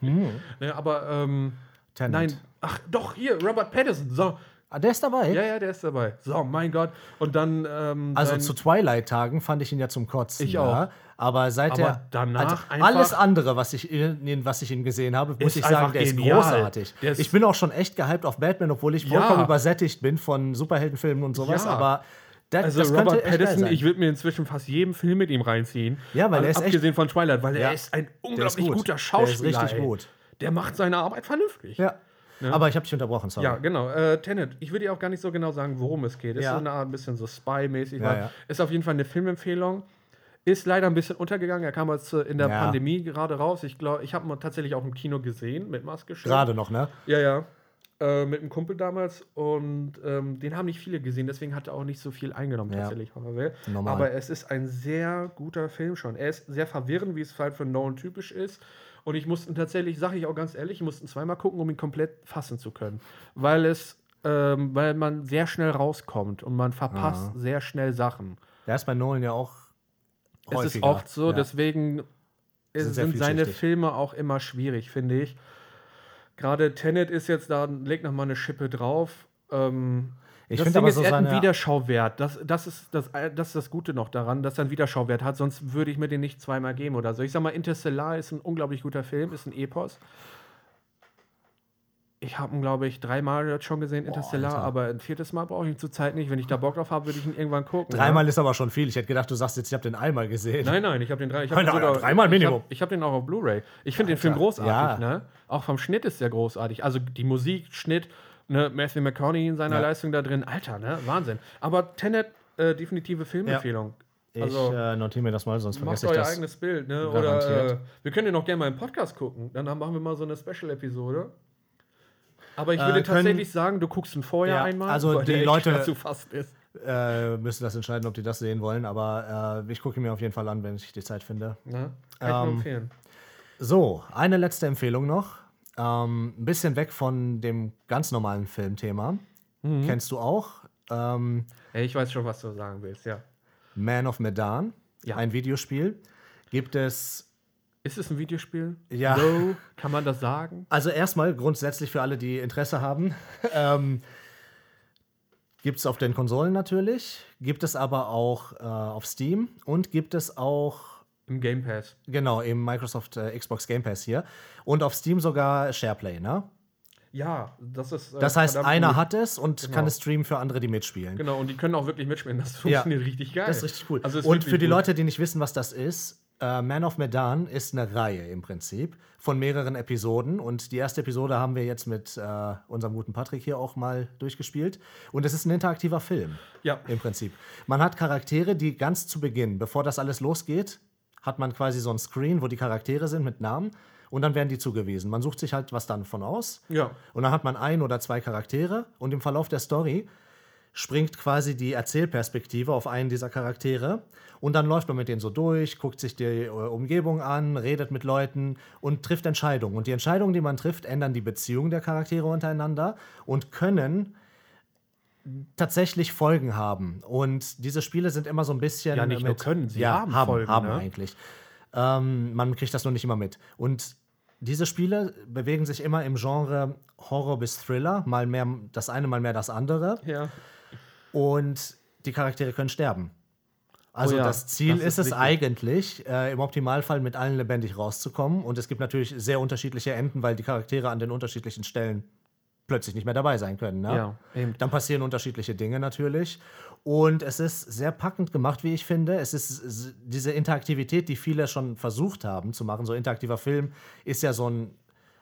Speaker 2: hm,
Speaker 1: Ne, aber ähm,
Speaker 2: Tenet.
Speaker 1: nein, ach doch, hier, Robert Pattinson. So,
Speaker 2: Ah, der ist dabei.
Speaker 1: ja, ja, der ist dabei. So, mein Gott. Und dann. Ähm,
Speaker 2: Also
Speaker 1: sein-
Speaker 2: zu Twilight-Tagen fand ich ihn ja zum Kotzen.
Speaker 1: Ich
Speaker 2: Ja?
Speaker 1: auch.
Speaker 2: Aber seit
Speaker 1: Aber
Speaker 2: der-
Speaker 1: danach
Speaker 2: also alles
Speaker 1: einfach-
Speaker 2: andere, was ich, in, was ich in gesehen habe, muss
Speaker 1: Ist
Speaker 2: ich sagen,
Speaker 1: einfach
Speaker 2: der
Speaker 1: genial.
Speaker 2: ist großartig.
Speaker 1: Der ist-
Speaker 2: ich bin auch schon echt gehypt auf Batman, obwohl ich
Speaker 1: Ja.
Speaker 2: vollkommen übersättigt bin von Superheldenfilmen und sowas.
Speaker 1: Ja.
Speaker 2: Aber das,
Speaker 1: Also
Speaker 2: das könnte
Speaker 1: Robert
Speaker 2: echt geil
Speaker 1: Pattinson,
Speaker 2: sein.
Speaker 1: ich würde mir inzwischen fast jeden Film mit ihm reinziehen.
Speaker 2: Ja, weil er ist echt-
Speaker 1: abgesehen von Twilight, weil
Speaker 2: Ja.
Speaker 1: er ist ein
Speaker 2: Der ist
Speaker 1: unglaublich
Speaker 2: gut. Der
Speaker 1: guter
Speaker 2: ist
Speaker 1: Schauspieler.
Speaker 2: richtig
Speaker 1: ey.
Speaker 2: gut.
Speaker 1: Der macht seine Arbeit vernünftig.
Speaker 2: Ja. Aber ich habe dich unterbrochen, sorry.
Speaker 1: Ja, genau. Äh, Tenet, ich würde dir auch gar nicht so genau sagen, worum es geht. Ist
Speaker 2: Ja.
Speaker 1: so eine Art ein bisschen so Spy-mäßig.
Speaker 2: Ja,
Speaker 1: weil-
Speaker 2: ja.
Speaker 1: Ist auf jeden Fall eine Filmempfehlung. Ist leider ein bisschen untergegangen. Er kam jetzt äh, in der
Speaker 2: Ja.
Speaker 1: Pandemie gerade raus. Ich glaube, ich habe ihn tatsächlich auch im Kino gesehen mit Maske. schon.
Speaker 2: Gerade noch, ne?
Speaker 1: Ja, ja. Äh, mit einem Kumpel damals und ähm, den haben nicht viele gesehen, deswegen hat er auch nicht so viel eingenommen
Speaker 2: Ja.
Speaker 1: tatsächlich. wenn man will.
Speaker 2: Normal.
Speaker 1: Aber äh, es ist ein sehr guter Film schon. Er ist sehr verwirrend, wie es halt für Nolan typisch ist. Und ich musste ihn tatsächlich, sage ich auch ganz ehrlich, ich musste ihn zweimal gucken, um ihn komplett fassen zu können. Weil es, ähm, weil man sehr schnell rauskommt und man verpasst sehr schnell Sachen.
Speaker 2: Der ist bei Nolan ja auch häufiger.
Speaker 1: Es ist oft so,
Speaker 2: ja.
Speaker 1: deswegen sind,
Speaker 2: Sind sehr
Speaker 1: seine
Speaker 2: vielschichtig.
Speaker 1: Filme auch immer schwierig, finde ich. Gerade Tenet ist jetzt da, legt nochmal eine Schippe drauf. Ähm,
Speaker 2: Ich
Speaker 1: das
Speaker 2: finde
Speaker 1: Ding
Speaker 2: aber
Speaker 1: ist,
Speaker 2: so
Speaker 1: er hat einen
Speaker 2: seine-
Speaker 1: Wiederschauwert. Das, das, ist das, äh, das ist das Gute noch daran, dass er einen Wiederschauwert hat, sonst würde ich mir den nicht zweimal geben oder so. Ich sag mal, Interstellar ist ein unglaublich guter Film, ist ein Epos. Ich habe ihn, glaube ich, dreimal jetzt schon gesehen, Interstellar,
Speaker 2: Alter.
Speaker 1: aber ein viertes Mal brauche ich ihn zurzeit nicht. Wenn ich da Bock drauf habe, würde ich ihn irgendwann gucken. ja?
Speaker 2: Dreimal ist aber schon viel. Ich hätte gedacht, du sagst jetzt, ich habe den einmal gesehen.
Speaker 1: ne? Nein, nein, ich habe den drei. Ich hab
Speaker 2: Nein,
Speaker 1: den
Speaker 2: nein, dreimal Minimum.
Speaker 1: Ich habe hab den auch auf Blu-ray. Ich finde den Film großartig, ne? Auch vom Schnitt ist der großartig. Also die Musik, Schnitt, ne? Matthew McConaughey in seiner
Speaker 2: Ja.
Speaker 1: Leistung da drin. Alter, ne? Wahnsinn. Aber Tenet, äh, definitive Filmempfehlung.
Speaker 2: Ich
Speaker 1: Also,
Speaker 2: äh, notiere mir das mal, sonst
Speaker 1: Macht
Speaker 2: vergesse ich
Speaker 1: euer
Speaker 2: das.
Speaker 1: eigenes Bild, ne? Oder
Speaker 2: Garantiert.
Speaker 1: äh, wir können den auch gerne mal im Podcast gucken. Dann machen wir mal so eine Special-Episode. Aber ich
Speaker 2: Äh,
Speaker 1: würde
Speaker 2: können-
Speaker 1: tatsächlich sagen, du guckst ihn vorher
Speaker 2: Ja,
Speaker 1: einmal.
Speaker 2: also
Speaker 1: weil der
Speaker 2: die
Speaker 1: echt
Speaker 2: Leute-
Speaker 1: schwer zu fassen ist.
Speaker 2: Äh, müssen das entscheiden, ob die das sehen wollen, aber äh, ich gucke ihn mir auf jeden Fall an, wenn ich die Zeit finde.
Speaker 1: Ne? Kann ich nur
Speaker 2: Ähm,
Speaker 1: empfehlen.
Speaker 2: So, eine letzte Empfehlung noch. Ähm, ein bisschen weg von dem ganz normalen Filmthema.
Speaker 1: Mhm.
Speaker 2: Kennst du auch? Ähm,
Speaker 1: Ey, ich weiß schon, was du sagen willst, ja.
Speaker 2: Man of Medan,
Speaker 1: Ja.
Speaker 2: ein Videospiel. Gibt es
Speaker 1: Ist es ein Videospiel?
Speaker 2: Ja.
Speaker 1: No? Kann man das sagen?
Speaker 2: Also erstmal grundsätzlich für alle, die Interesse haben. Ähm, gibt es auf den Konsolen natürlich, gibt es aber auch äh, auf Steam und gibt es auch
Speaker 1: Im Game Pass.
Speaker 2: Genau, im Microsoft äh, Xbox Game Pass hier. Und auf Steam sogar SharePlay, ne?
Speaker 1: Ja, das ist. äh,
Speaker 2: Das heißt,
Speaker 1: verdammt
Speaker 2: einer
Speaker 1: gut.
Speaker 2: hat es und
Speaker 1: Genau.
Speaker 2: kann es streamen für andere, die mitspielen.
Speaker 1: Genau, und die können auch wirklich mitspielen. Das
Speaker 2: Ja.
Speaker 1: funktioniert richtig geil.
Speaker 2: Das ist richtig cool.
Speaker 1: Also es ist
Speaker 2: und für
Speaker 1: wirklich
Speaker 2: die
Speaker 1: gut.
Speaker 2: Leute, die nicht wissen, was das ist, äh, Man of Medan ist eine Reihe im Prinzip von mehreren Episoden. Und die erste Episode haben wir jetzt mit äh, unserem guten Patrick hier auch mal durchgespielt. Und es ist ein interaktiver Film
Speaker 1: Ja,
Speaker 2: im Prinzip. Man hat Charaktere, die ganz zu Beginn, bevor das alles losgeht, hat man quasi so ein Screen, wo die Charaktere sind mit Namen. Und dann werden die zugewiesen. Man sucht sich halt was dann von aus.
Speaker 1: ja.
Speaker 2: Und dann hat man ein oder zwei Charaktere und im Verlauf der Story springt quasi die Erzählperspektive auf einen dieser Charaktere und dann läuft man mit denen so durch, guckt sich die äh, Umgebung an, redet mit Leuten und trifft Entscheidungen. Und die Entscheidungen, die man trifft, ändern die Beziehung der Charaktere untereinander und können tatsächlich Folgen haben. Und diese Spiele sind immer so ein bisschen
Speaker 1: Ja, nicht nur können, sie
Speaker 2: ja,
Speaker 1: haben
Speaker 2: haben
Speaker 1: Folgen,
Speaker 2: haben
Speaker 1: ne?
Speaker 2: eigentlich. Ähm, man kriegt das nur nicht immer mit. Und diese Spiele bewegen sich immer im Genre Horror bis Thriller, mal mehr das eine, mal mehr das andere.
Speaker 1: ja.
Speaker 2: Und die Charaktere können sterben. Also
Speaker 1: Oh ja,
Speaker 2: das Ziel
Speaker 1: das ist
Speaker 2: ist es
Speaker 1: wichtig.
Speaker 2: eigentlich, äh, im Optimalfall mit allen lebendig rauszukommen. Und es gibt natürlich sehr unterschiedliche Enden, weil die Charaktere an den unterschiedlichen Stellen plötzlich nicht mehr dabei sein können. Ne?
Speaker 1: Ja, eben.
Speaker 2: Dann passieren unterschiedliche Dinge natürlich. Und es ist sehr packend gemacht, wie ich finde. Es ist s- diese Interaktivität, die viele schon versucht haben zu machen. So interaktiver Film ist ja so ein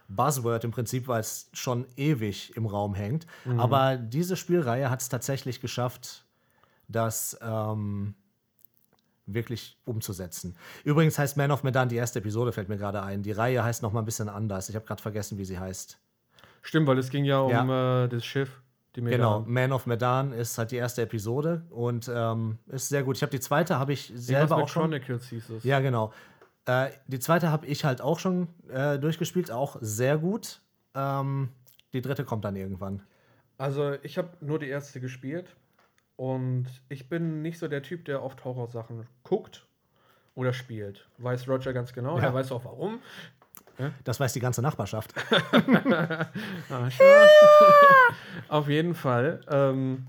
Speaker 2: Buzzword im Prinzip, weil es schon ewig im Raum hängt. Aber diese Spielreihe hat es tatsächlich geschafft, das ähm, wirklich umzusetzen. Übrigens heißt Man of Medan die erste Episode, fällt mir gerade ein. Die Reihe heißt noch mal ein bisschen anders. Ich habe gerade vergessen, wie sie heißt.
Speaker 1: Stimmt, weil es ging ja um
Speaker 2: Ja.
Speaker 1: Äh, das Schiff. Die mir
Speaker 2: Genau,
Speaker 1: da-
Speaker 2: Man of Medan ist halt die erste Episode und ähm, ist sehr gut. Ich habe die zweite, habe ich
Speaker 1: Irgendwas
Speaker 2: selber
Speaker 1: mit
Speaker 2: auch schon.
Speaker 1: Chronicles hieß es.
Speaker 2: Ja, genau. Äh, die zweite habe ich halt auch schon äh, durchgespielt, auch sehr gut. Ähm, die dritte kommt dann irgendwann.
Speaker 1: Also ich habe nur die erste gespielt und ich bin nicht so der Typ, der oft Horrorsachen guckt oder spielt. Weiß Roger ganz genau,
Speaker 2: Ja.
Speaker 1: er weiß auch warum.
Speaker 2: Das weiß die ganze Nachbarschaft.
Speaker 1: Ah, Auf jeden Fall, ähm,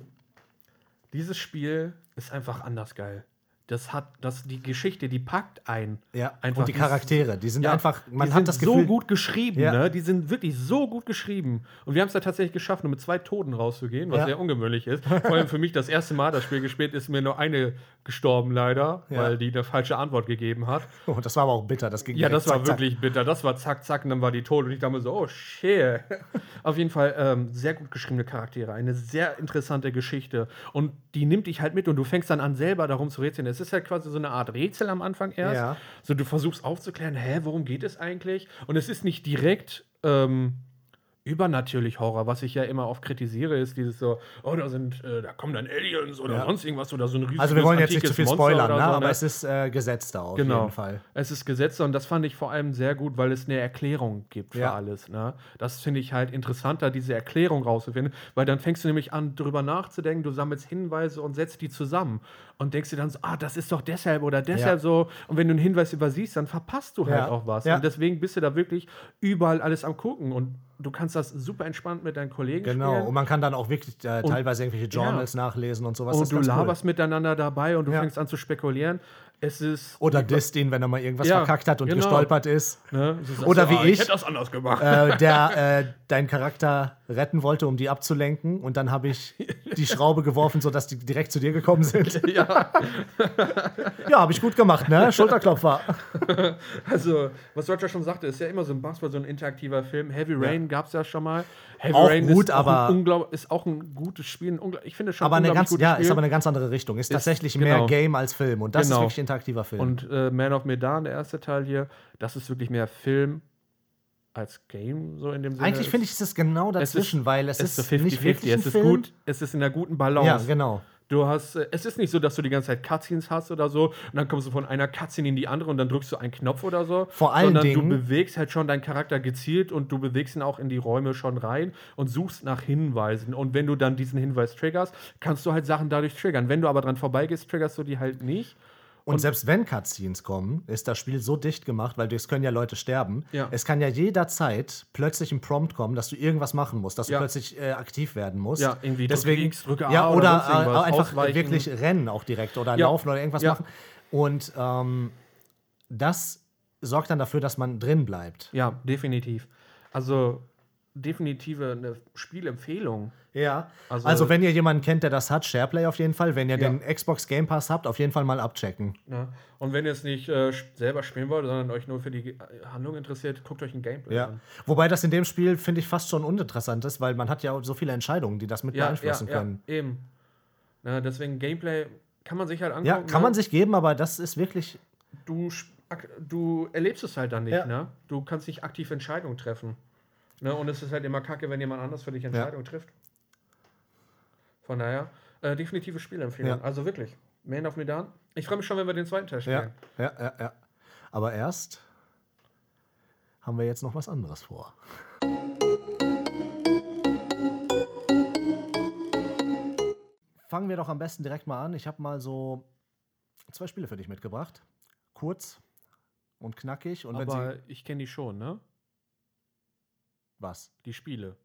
Speaker 1: dieses Spiel ist einfach anders geil. Das hat, das, die Geschichte, die packt ein.
Speaker 2: Ja,
Speaker 1: Einfach
Speaker 2: und die
Speaker 1: dies-
Speaker 2: Charaktere, die sind
Speaker 1: Ja,
Speaker 2: einfach, man
Speaker 1: die
Speaker 2: hat
Speaker 1: sind
Speaker 2: das Gefühl,
Speaker 1: so gut geschrieben,
Speaker 2: Ja.
Speaker 1: ne? Die sind wirklich so gut geschrieben. Und wir haben es ja tatsächlich geschafft, nur mit zwei Toten rauszugehen, was
Speaker 2: Ja.
Speaker 1: sehr ungewöhnlich ist. Vor allem für mich das erste Mal das Spiel gespielt, ist mir nur eine gestorben, leider,
Speaker 2: Ja.
Speaker 1: weil die eine falsche Antwort gegeben hat.
Speaker 2: oh, das war aber auch bitter. Das ging
Speaker 1: Ja,
Speaker 2: direkt
Speaker 1: das war
Speaker 2: zack, zack.
Speaker 1: wirklich bitter. Das war zack, zack, und dann war die tot. Und ich dachte mir so, oh shit. Auf jeden Fall ähm, sehr gut geschriebene Charaktere, eine sehr interessante Geschichte. Und die nimmt dich halt mit und du fängst dann an, selber darum zu rätseln. Es ist halt quasi so eine Art Rätsel am Anfang erst.
Speaker 2: Ja.
Speaker 1: So, du versuchst aufzuklären, hä, worum geht es eigentlich? Und es ist nicht direkt. Ähm, übernatürlich Horror, was ich ja immer oft kritisiere, ist dieses so, oh, da sind, äh, da kommen dann Aliens oder
Speaker 2: Ja.
Speaker 1: sonst irgendwas oder so ein riesiges
Speaker 2: Also wir wollen jetzt nicht zu
Speaker 1: antikes
Speaker 2: viel
Speaker 1: Monster
Speaker 2: spoilern,
Speaker 1: oder
Speaker 2: ne?
Speaker 1: so,
Speaker 2: aber es ist äh, gesetzt da auf
Speaker 1: Genau.
Speaker 2: jeden Fall.
Speaker 1: Es ist Gesetze und das fand ich vor allem sehr gut, weil es eine Erklärung gibt für
Speaker 2: Ja.
Speaker 1: alles. Ne? Das finde ich halt interessanter, diese Erklärung rauszufinden, weil dann fängst du nämlich an, drüber nachzudenken, du sammelst Hinweise und setzt die zusammen und denkst dir dann so, ah, das ist doch deshalb oder deshalb
Speaker 2: Ja.
Speaker 1: so. Und wenn du einen Hinweis übersiehst, dann verpasst du halt
Speaker 2: Ja.
Speaker 1: auch was.
Speaker 2: Ja.
Speaker 1: Und deswegen bist du da wirklich überall alles am Gucken und du kannst das super entspannt mit deinen Kollegen
Speaker 2: Genau,
Speaker 1: spielen.
Speaker 2: und man kann dann auch wirklich äh,
Speaker 1: Und-
Speaker 2: teilweise irgendwelche
Speaker 1: ja.
Speaker 2: Journals nachlesen und sowas. Das
Speaker 1: Und
Speaker 2: ist
Speaker 1: du
Speaker 2: ganz cool.
Speaker 1: laberst miteinander dabei und du
Speaker 2: Ja.
Speaker 1: fängst an zu spekulieren. Es ist.
Speaker 2: Oder disst ihn, wenn er mal irgendwas
Speaker 1: Ja,
Speaker 2: verkackt hat und
Speaker 1: genau.
Speaker 2: gestolpert ist.
Speaker 1: Ne? Du sagst
Speaker 2: Oder wie
Speaker 1: ich
Speaker 2: ich.
Speaker 1: hätte das anders gemacht.
Speaker 2: Äh, der äh, deinen Charakter retten wollte, um die abzulenken. Und dann habe ich die Schraube geworfen, sodass die direkt zu dir gekommen sind.
Speaker 1: Ja,
Speaker 2: Ja, habe ich gut gemacht, ne? Schulterklopfer.
Speaker 1: also, was Roger schon sagte, ist ja immer so ein Basketball, so ein interaktiver Film. Heavy Rain gab's ja schon mal. Heavy
Speaker 2: Auch
Speaker 1: Rain
Speaker 2: gut,
Speaker 1: ist, auch
Speaker 2: aber-
Speaker 1: ein unglaub, ist auch ein gutes Spiel. Ein unglaub, ich finde schon
Speaker 2: Aber
Speaker 1: ein
Speaker 2: eine
Speaker 1: unglaublich
Speaker 2: ganz,
Speaker 1: gutes
Speaker 2: ja,
Speaker 1: Spiel.
Speaker 2: ist aber eine ganz andere Richtung. Ist, tatsächlich mehr
Speaker 1: genau.
Speaker 2: Game als Film. Und das
Speaker 1: Genau.
Speaker 2: ist wirklich interaktiver Film.
Speaker 1: Und äh, Man of Medan, der erste Teil hier, das ist wirklich mehr Film als Game, so in dem Sinne.
Speaker 2: Eigentlich finde ich, ist es genau dazwischen, weil es ist,
Speaker 1: es ist so
Speaker 2: nicht
Speaker 1: 50-50.
Speaker 2: wirklich ein
Speaker 1: Es ist
Speaker 2: Film.
Speaker 1: gut, es ist in einer guten Balance.
Speaker 2: Ja, genau.
Speaker 1: Du hast, äh, es ist nicht so, dass du die ganze Zeit Cutscenes hast oder so und dann kommst du von einer Cutscene in die andere und dann drückst du einen Knopf oder so.
Speaker 2: Vor allen
Speaker 1: sondern
Speaker 2: Dingen-
Speaker 1: du bewegst halt schon deinen Charakter gezielt und du bewegst ihn auch in die Räume schon rein und suchst nach Hinweisen. Und wenn du dann diesen Hinweis triggerst, kannst du halt Sachen dadurch triggern. Wenn du aber dran vorbeigehst, triggerst du die halt nicht.
Speaker 2: Und, selbst wenn Cutscenes kommen, ist das Spiel so dicht gemacht, weil es können ja Leute sterben.
Speaker 1: Ja.
Speaker 2: Es kann ja jederzeit plötzlich ein Prompt kommen, dass du irgendwas machen musst, dass
Speaker 1: Ja.
Speaker 2: du plötzlich äh, aktiv werden musst.
Speaker 1: Ja, irgendwie drück
Speaker 2: Deswegen,
Speaker 1: X, drücke A
Speaker 2: ja,
Speaker 1: oder
Speaker 2: oder,
Speaker 1: sonst irgendwas,
Speaker 2: äh, einfach
Speaker 1: ausweichen.
Speaker 2: wirklich rennen auch direkt oder
Speaker 1: Ja.
Speaker 2: laufen oder irgendwas
Speaker 1: Ja.
Speaker 2: machen. Und ähm, das sorgt dann dafür, dass man drin bleibt.
Speaker 1: Ja, definitiv. Also definitive eine Spielempfehlung.
Speaker 2: Ja.
Speaker 1: Also,
Speaker 2: Also, wenn ihr jemanden kennt, der das hat, SharePlay auf jeden Fall. Wenn ihr
Speaker 1: Ja.
Speaker 2: den Xbox Game Pass habt, auf jeden Fall mal abchecken.
Speaker 1: ne? Und wenn ihr es nicht äh, sp- selber spielen wollt, sondern euch nur für die Ge- Handlung interessiert, guckt euch ein Gameplay
Speaker 2: Ja.
Speaker 1: an.
Speaker 2: Wobei das in dem Spiel, finde ich, fast schon uninteressant ist, weil man hat ja auch so viele Entscheidungen, die das mit beeinflussen können.
Speaker 1: Ja, eben. Na, deswegen Gameplay kann man sich halt angucken.
Speaker 2: Ja, kann man
Speaker 1: ne?
Speaker 2: sich geben, aber das ist wirklich.
Speaker 1: Du, sp- ak- du erlebst es halt dann nicht,
Speaker 2: Ja.
Speaker 1: ne? Du kannst nicht aktiv Entscheidungen treffen. Ne? Und es ist halt immer kacke, wenn jemand anders für dich Entscheidungen trifft. Von daher, äh, definitive Spielempfehlung.
Speaker 2: Ja.
Speaker 1: Also wirklich. Man of Medan. Ich freue mich schon, wenn wir den zweiten Teil
Speaker 2: Ja,
Speaker 1: spielen.
Speaker 2: ja, ja, ja. Aber erst haben wir jetzt noch was anderes vor. Fangen wir doch am besten direkt mal an. Ich habe mal so zwei Spiele für dich mitgebracht. Kurz und knackig. Und wenn sie.
Speaker 1: Aber ich kenne die schon, ne?
Speaker 2: Was?
Speaker 1: Die Spiele.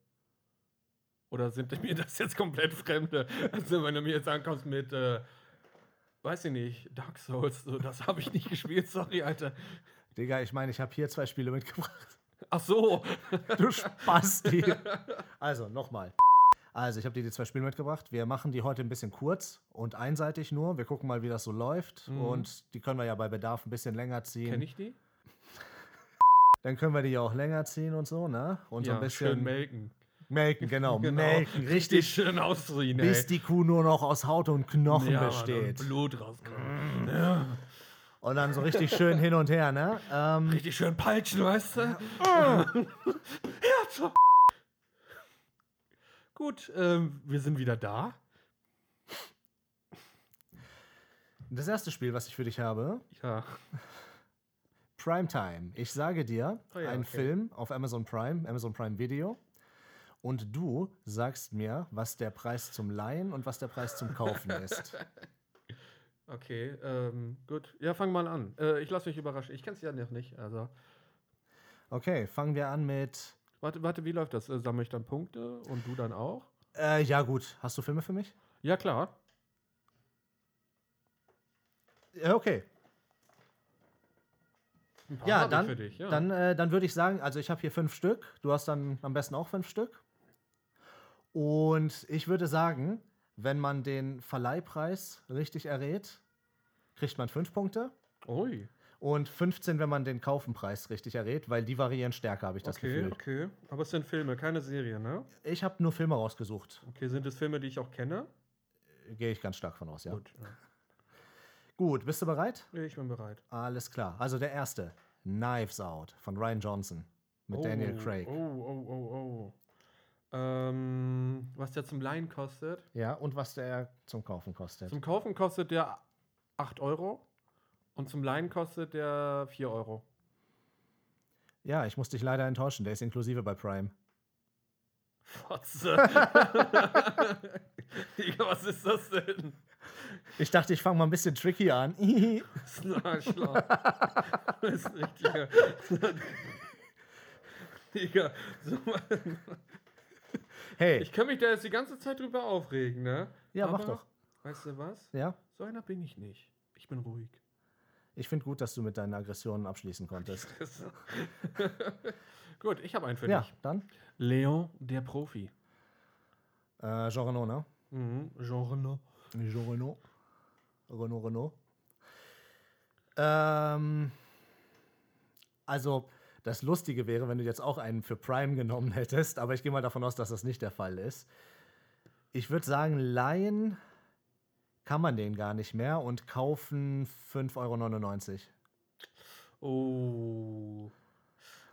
Speaker 1: Oder sind mir das jetzt komplett Fremde? Also, wenn du mir jetzt ankommst mit, äh, weiß ich nicht, Dark Souls, so, das habe ich nicht gespielt, sorry, Alter.
Speaker 2: Digga, ich meine, ich habe hier zwei Spiele mitgebracht.
Speaker 1: Ach so.
Speaker 2: Du Spasti. Also, nochmal. Also, ich habe dir die zwei Spiele mitgebracht. Wir machen die heute ein bisschen kurz und einseitig nur. Wir gucken mal, wie das so läuft.
Speaker 1: Mhm.
Speaker 2: Und die können wir ja bei Bedarf ein bisschen länger ziehen.
Speaker 1: Kenne ich die?
Speaker 2: Dann können wir die ja auch länger ziehen und so, ne? Und so ein
Speaker 1: schön
Speaker 2: bisschen
Speaker 1: melken.
Speaker 2: melken, genau. Melken, richtig.
Speaker 1: Richtig schön ausziehen,
Speaker 2: Bis die Kuh nur noch aus Haut und Knochen
Speaker 1: Mann,
Speaker 2: besteht. Mm.
Speaker 1: Und
Speaker 2: Und,
Speaker 1: Blut rauskommt.
Speaker 2: dann so richtig schön hin und her, ne? Ähm,
Speaker 1: Richtig schön peitschen, weißt du? Herz. Gut, ähm, wir sind wieder da.
Speaker 2: das erste Spiel, was ich für dich habe,
Speaker 1: Ja.
Speaker 2: Primetime. Ich sage dir,
Speaker 1: Oh ja,
Speaker 2: ein
Speaker 1: okay.
Speaker 2: Film auf Amazon Prime, Amazon Prime Video. Und du sagst mir, was der Preis zum Leihen und was der Preis zum Kaufen ist.
Speaker 1: Okay, ähm, gut. Ja, fang mal an. Äh, ich lasse mich überraschen. Ich kenne es ja noch nicht. Also,
Speaker 2: Okay, fangen wir an mit.
Speaker 1: warte, warte, wie läuft das? Äh, Sammle ich dann Punkte und du dann auch?
Speaker 2: Äh, ja, gut. Hast du Filme für mich?
Speaker 1: Ja, klar.
Speaker 2: Ja, okay.
Speaker 1: Ein paar
Speaker 2: Ja,
Speaker 1: hab ich
Speaker 2: dann,
Speaker 1: Für dich, ja.
Speaker 2: dann, äh, dann würde ich sagen, also ich habe hier fünf Stück. Du hast dann am besten auch fünf Stück. Und ich würde sagen, wenn man den Verleihpreis richtig errät, kriegt man fünf Punkte.
Speaker 1: Ui.
Speaker 2: Und 15, wenn man den Kaufenpreis richtig errät, weil die variieren stärker, habe ich das
Speaker 1: Okay,
Speaker 2: Gefühl.
Speaker 1: okay. Aber es sind Filme, keine Serien, ne?
Speaker 2: Ich habe nur Filme rausgesucht.
Speaker 1: Okay, sind es Filme, die ich auch kenne?
Speaker 2: Gehe ich ganz stark von aus, ja. Gut.
Speaker 1: Gut.
Speaker 2: bist du bereit?
Speaker 1: Ja. Ich bin bereit.
Speaker 2: Alles klar. Also der erste, Knives Out von Ryan Johnson mit
Speaker 1: oh,
Speaker 2: Daniel Craig.
Speaker 1: Oh, oh, oh, oh. Ähm, was der zum Leihen kostet?
Speaker 2: Ja, und was der zum Kaufen kostet.
Speaker 1: Zum Kaufen kostet der 8 Euro und zum Leihen kostet der 4 Euro.
Speaker 2: ja, ich muss dich leider enttäuschen, der ist inklusive bei Prime.
Speaker 1: Fotze. Digga, was ist das denn?
Speaker 2: Ich dachte, ich fange mal ein bisschen tricky an.
Speaker 1: Das ist ein Arschloch. Das ist ein richtiger. Digga, so,
Speaker 2: hey,
Speaker 1: ich kann mich da jetzt die ganze Zeit drüber aufregen, ne?
Speaker 2: ja, mach
Speaker 1: Aber,
Speaker 2: doch.
Speaker 1: Weißt du was?
Speaker 2: Ja,
Speaker 1: So einer bin ich nicht. Ich bin ruhig.
Speaker 2: ich finde gut, dass du mit deinen Aggressionen abschließen konntest.
Speaker 1: Gut, ich habe einen für
Speaker 2: Ja,
Speaker 1: dich.
Speaker 2: dann.
Speaker 1: Leon, der Profi.
Speaker 2: Äh, Jean Reno, ne?
Speaker 1: Mhm. Genre. ne?
Speaker 2: Jean Renault. Renault, Renault. Ähm, also, das Lustige wäre, wenn du jetzt auch einen für Prime genommen hättest, aber ich gehe mal davon aus, dass das nicht der Fall ist. Ich würde sagen, leihen kann man den gar nicht mehr und kaufen 5,99 Euro.
Speaker 1: Oh.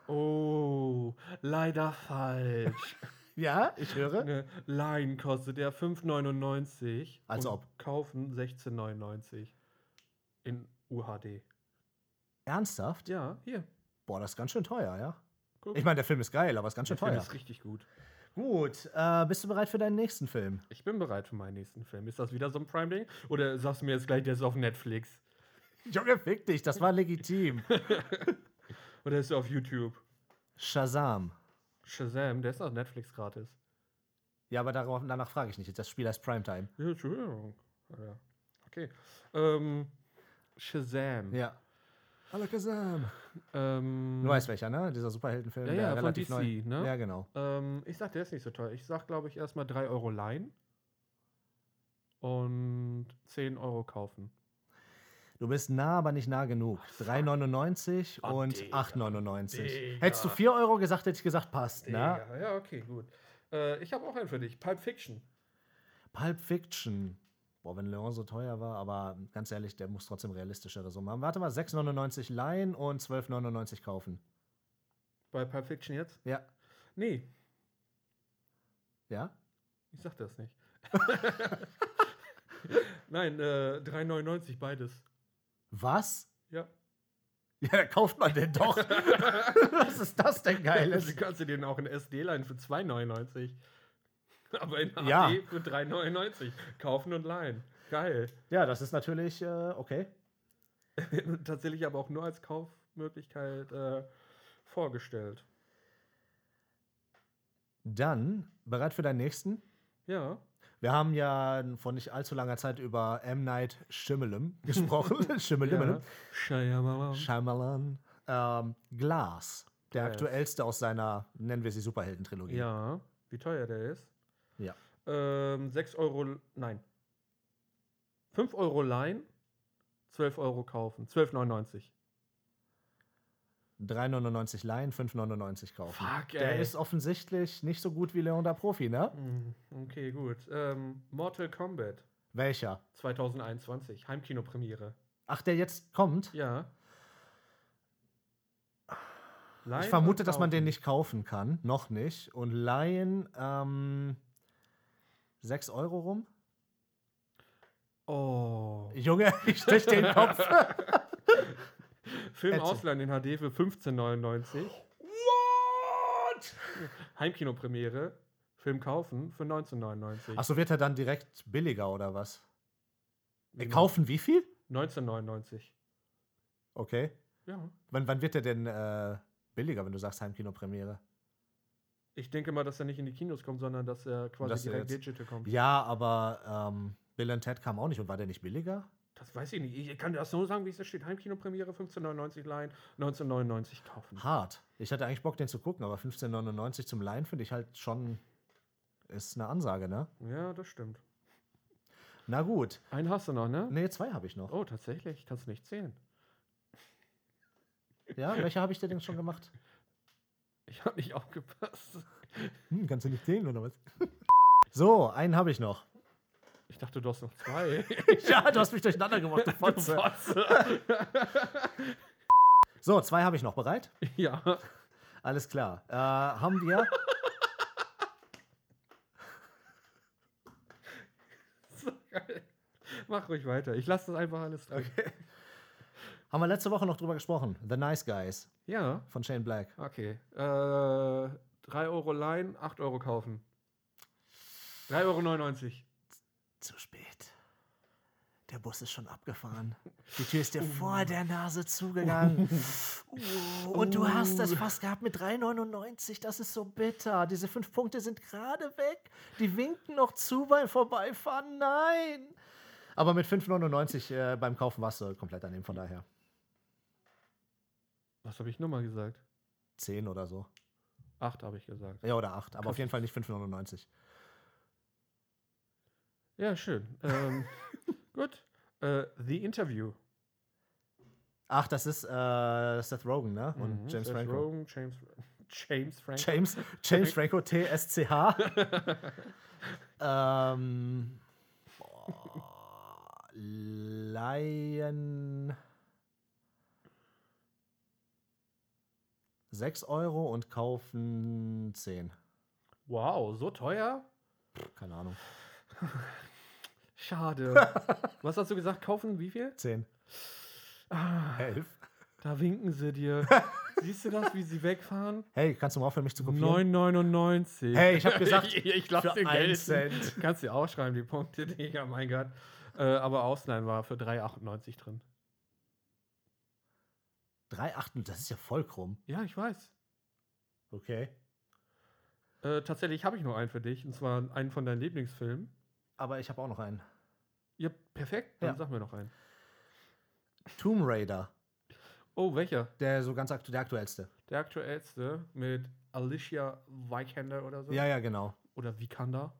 Speaker 1: Oh. Leider falsch.
Speaker 2: Ja, ich höre.
Speaker 1: Eine Line kostet ja 5,99.
Speaker 2: Als
Speaker 1: und
Speaker 2: ob.
Speaker 1: Kaufen 16,99. In UHD.
Speaker 2: Ernsthaft?
Speaker 1: Ja, hier.
Speaker 2: Boah, das ist ganz schön teuer, ja.
Speaker 1: Guck.
Speaker 2: Ich meine, der Film ist geil, aber ist ganz schön
Speaker 1: der Film
Speaker 2: teuer.
Speaker 1: ist richtig gut.
Speaker 2: Gut, äh, bist du bereit für deinen nächsten Film?
Speaker 1: Ich bin bereit für meinen nächsten Film. Ist das wieder so ein Prime-Ding? Oder sagst du mir jetzt gleich, der ist auf Netflix?
Speaker 2: Junge, fick dich, das war legitim.
Speaker 1: Oder ist er auf YouTube?
Speaker 2: Shazam.
Speaker 1: Shazam, der ist auf Netflix gratis.
Speaker 2: Ja, aber darauf, danach frage ich nicht. Das Spiel heißt Primetime.
Speaker 1: Ja, Entschuldigung. Ja. Okay. Ähm, Shazam.
Speaker 2: Ja. Alakazam.
Speaker 1: Ähm,
Speaker 2: Du weißt welcher, ne? Dieser Superheldenfilm,
Speaker 1: Ja, ja,
Speaker 2: der
Speaker 1: von
Speaker 2: relativ
Speaker 1: DC,
Speaker 2: neu.
Speaker 1: ne?
Speaker 2: Ja, genau.
Speaker 1: ähm, ich sag, der ist nicht so teuer. Ich sag, glaube ich, erstmal 3 Euro leihen und 10 Euro kaufen.
Speaker 2: Du bist nah, aber nicht nah genug. 3,99
Speaker 1: Oh,
Speaker 2: und
Speaker 1: Digga.
Speaker 2: 8,99.
Speaker 1: Digga.
Speaker 2: Hättest du 4 Euro gesagt, hätte ich gesagt, passt. Ne?
Speaker 1: Ja, ja, okay, gut. Äh, ich habe auch einen für dich. Pulp Fiction.
Speaker 2: Pulp Fiction. Boah, wenn Leon so teuer war, aber ganz ehrlich, der muss trotzdem realistischere Summen haben. Warte mal, 6,99 leihen und 12,99 kaufen.
Speaker 1: Bei Pulp Fiction jetzt?
Speaker 2: Ja.
Speaker 1: Nee,
Speaker 2: Ja?
Speaker 1: ich sag das nicht. Nein, äh, 3,99 beides.
Speaker 2: Was?
Speaker 1: Ja.
Speaker 2: Ja, da kauft man den doch. Was ist das denn
Speaker 1: Also
Speaker 2: Geiles?
Speaker 1: kannst du den auch in SD leihen für 2,99. Aber in HD
Speaker 2: Ja.
Speaker 1: für 3,99. Kaufen und leihen. Geil.
Speaker 2: Ja, das ist natürlich äh, okay.
Speaker 1: Tatsächlich aber auch nur als Kaufmöglichkeit äh, vorgestellt.
Speaker 2: Dann, bereit für deinen nächsten?
Speaker 1: Ja.
Speaker 2: Wir haben ja vor nicht allzu langer Zeit über M. Night Shyamalan gesprochen. Shyamalan.
Speaker 1: ja. Shyamalan.
Speaker 2: Shyamalan. Ähm, Glass. Der
Speaker 1: Glass.
Speaker 2: aktuellste aus seiner, nennen wir sie Superhelden-Trilogie.
Speaker 1: Ja. Wie teuer der ist?
Speaker 2: Ja.
Speaker 1: Ähm, 6 Euro, nein. 5 Euro leihen, 12 Euro kaufen. 12,99.
Speaker 2: 3,99 leihen, 5,99 kaufen.
Speaker 1: Fuck,
Speaker 2: Der ist offensichtlich nicht so gut wie Leon der Profi, ne?
Speaker 1: Hm, Okay, gut. Ähm, Mortal Kombat
Speaker 2: Welcher?
Speaker 1: 2021, Heimkinopremiere.
Speaker 2: Ach, der jetzt kommt?
Speaker 1: Ja.
Speaker 2: Ich vermute, dass man den nicht kaufen kann. Noch nicht. Und leihen ähm, 6 Euro rum?
Speaker 1: Oh.
Speaker 2: Junge, ich stech den Kopf.
Speaker 1: Film
Speaker 2: Ätzend.
Speaker 1: Ausland in HD für 15,99.
Speaker 2: What?
Speaker 1: Heimkinopremiere. Film kaufen für 19,99.
Speaker 2: Achso, wird er dann direkt billiger oder was? Äh, Kaufen wie viel?
Speaker 1: 19,99.
Speaker 2: Okay.
Speaker 1: Ja.
Speaker 2: Wann, wann wird er denn äh, billiger, wenn du sagst Heimkino-Premiere?
Speaker 1: Ich denke mal, dass er nicht in die Kinos kommt, sondern dass er quasi
Speaker 2: Dass er
Speaker 1: direkt
Speaker 2: jetzt-
Speaker 1: digital kommt.
Speaker 2: Ja, aber ähm, Bill and Ted kam auch nicht und war der nicht billiger?
Speaker 1: Das weiß ich nicht. Ich kann das so sagen, wie es da steht. Heimkinopremiere 15,99 leihen, 19,99 kaufen.
Speaker 2: Hart. Ich hatte eigentlich Bock, den zu gucken, aber 15,99 zum Leihen finde ich halt schon. Ist eine Ansage, ne?
Speaker 1: Ja, das stimmt.
Speaker 2: Na gut.
Speaker 1: Einen hast du noch, ne?
Speaker 2: Ne, zwei habe ich noch.
Speaker 1: Oh, tatsächlich. Kannst du nicht zählen.
Speaker 2: Ja, welche habe ich dir denn schon gemacht?
Speaker 1: Ich habe nicht aufgepasst.
Speaker 2: Hm, kannst du nicht zählen oder was? So, einen habe ich noch.
Speaker 1: Ich dachte, du hast noch zwei.
Speaker 2: Ja, du hast mich durcheinander gemacht, du Fotze. So, zwei habe ich noch. Bereit?
Speaker 1: ja.
Speaker 2: Alles klar. Äh, haben wir.
Speaker 1: So geil. Mach ruhig weiter. Ich lasse das einfach alles drin.
Speaker 2: Haben wir letzte Woche noch drüber gesprochen? The Nice Guys
Speaker 1: Ja,
Speaker 2: von Shane Black.
Speaker 1: okay. Äh, 3 Euro leihen, 8 Euro kaufen. 3,99 Euro.
Speaker 2: Zu spät. Der Bus ist schon abgefahren. Die Tür ist dir vor der Nase zugegangen. Uh, und du hast das fast gehabt mit 3,99. Das ist so bitter. Diese fünf Punkte sind gerade weg. Die winken noch zu beim Vorbeifahren. Nein. Aber mit 5,99 äh, beim Kaufen warst du komplett daneben. Von daher
Speaker 1: Was habe ich nochmal gesagt?
Speaker 2: 10 oder so.
Speaker 1: 8 habe ich gesagt.
Speaker 2: Ja, oder 8. Aber auf jeden Fall nicht 5,99.
Speaker 1: Ja, schön. Ähm, gut. Äh, The Interview.
Speaker 2: Ach, das ist äh, Seth Rogen, ne? Und
Speaker 1: Mhm.
Speaker 2: James
Speaker 1: Seth
Speaker 2: Franco.
Speaker 1: Rogen, James, James Franco.
Speaker 2: James, James Franco, TSCH. ähm, boah, Laien. 6 Euro und kaufen 10.
Speaker 1: wow, so teuer?
Speaker 2: Keine Ahnung.
Speaker 1: Schade. Was hast du gesagt? Kaufen wie viel? Ah,
Speaker 2: 10. 11.
Speaker 1: Da winken sie dir. Siehst du das, wie sie wegfahren?
Speaker 2: Hey, kannst du mal aufhören, mich zu kopieren?
Speaker 1: 9,99.
Speaker 2: Hey, ich hab gesagt,
Speaker 1: ich, ich lass
Speaker 2: für
Speaker 1: dir
Speaker 2: einen
Speaker 1: gelten.
Speaker 2: Cent.
Speaker 1: Kannst dir ausschreiben, die Punkte, Digga, mein Gott. Äh, aber Ausleihen war für 3,98 drin.
Speaker 2: 3,8, das ist ja voll krumm.
Speaker 1: Ja, ich weiß.
Speaker 2: Okay.
Speaker 1: Äh, tatsächlich habe ich nur einen für dich, und zwar einen von deinen Lieblingsfilmen.
Speaker 2: Aber ich habe auch noch einen.
Speaker 1: Ja, perfekt. Dann
Speaker 2: Ja.
Speaker 1: sag mir noch einen.
Speaker 2: Tomb Raider.
Speaker 1: Oh, welcher?
Speaker 2: Der so ganz aktu der aktuellste.
Speaker 1: Der aktuellste mit Alicia Vikander oder so?
Speaker 2: Ja, ja, genau.
Speaker 1: Oder Vikander?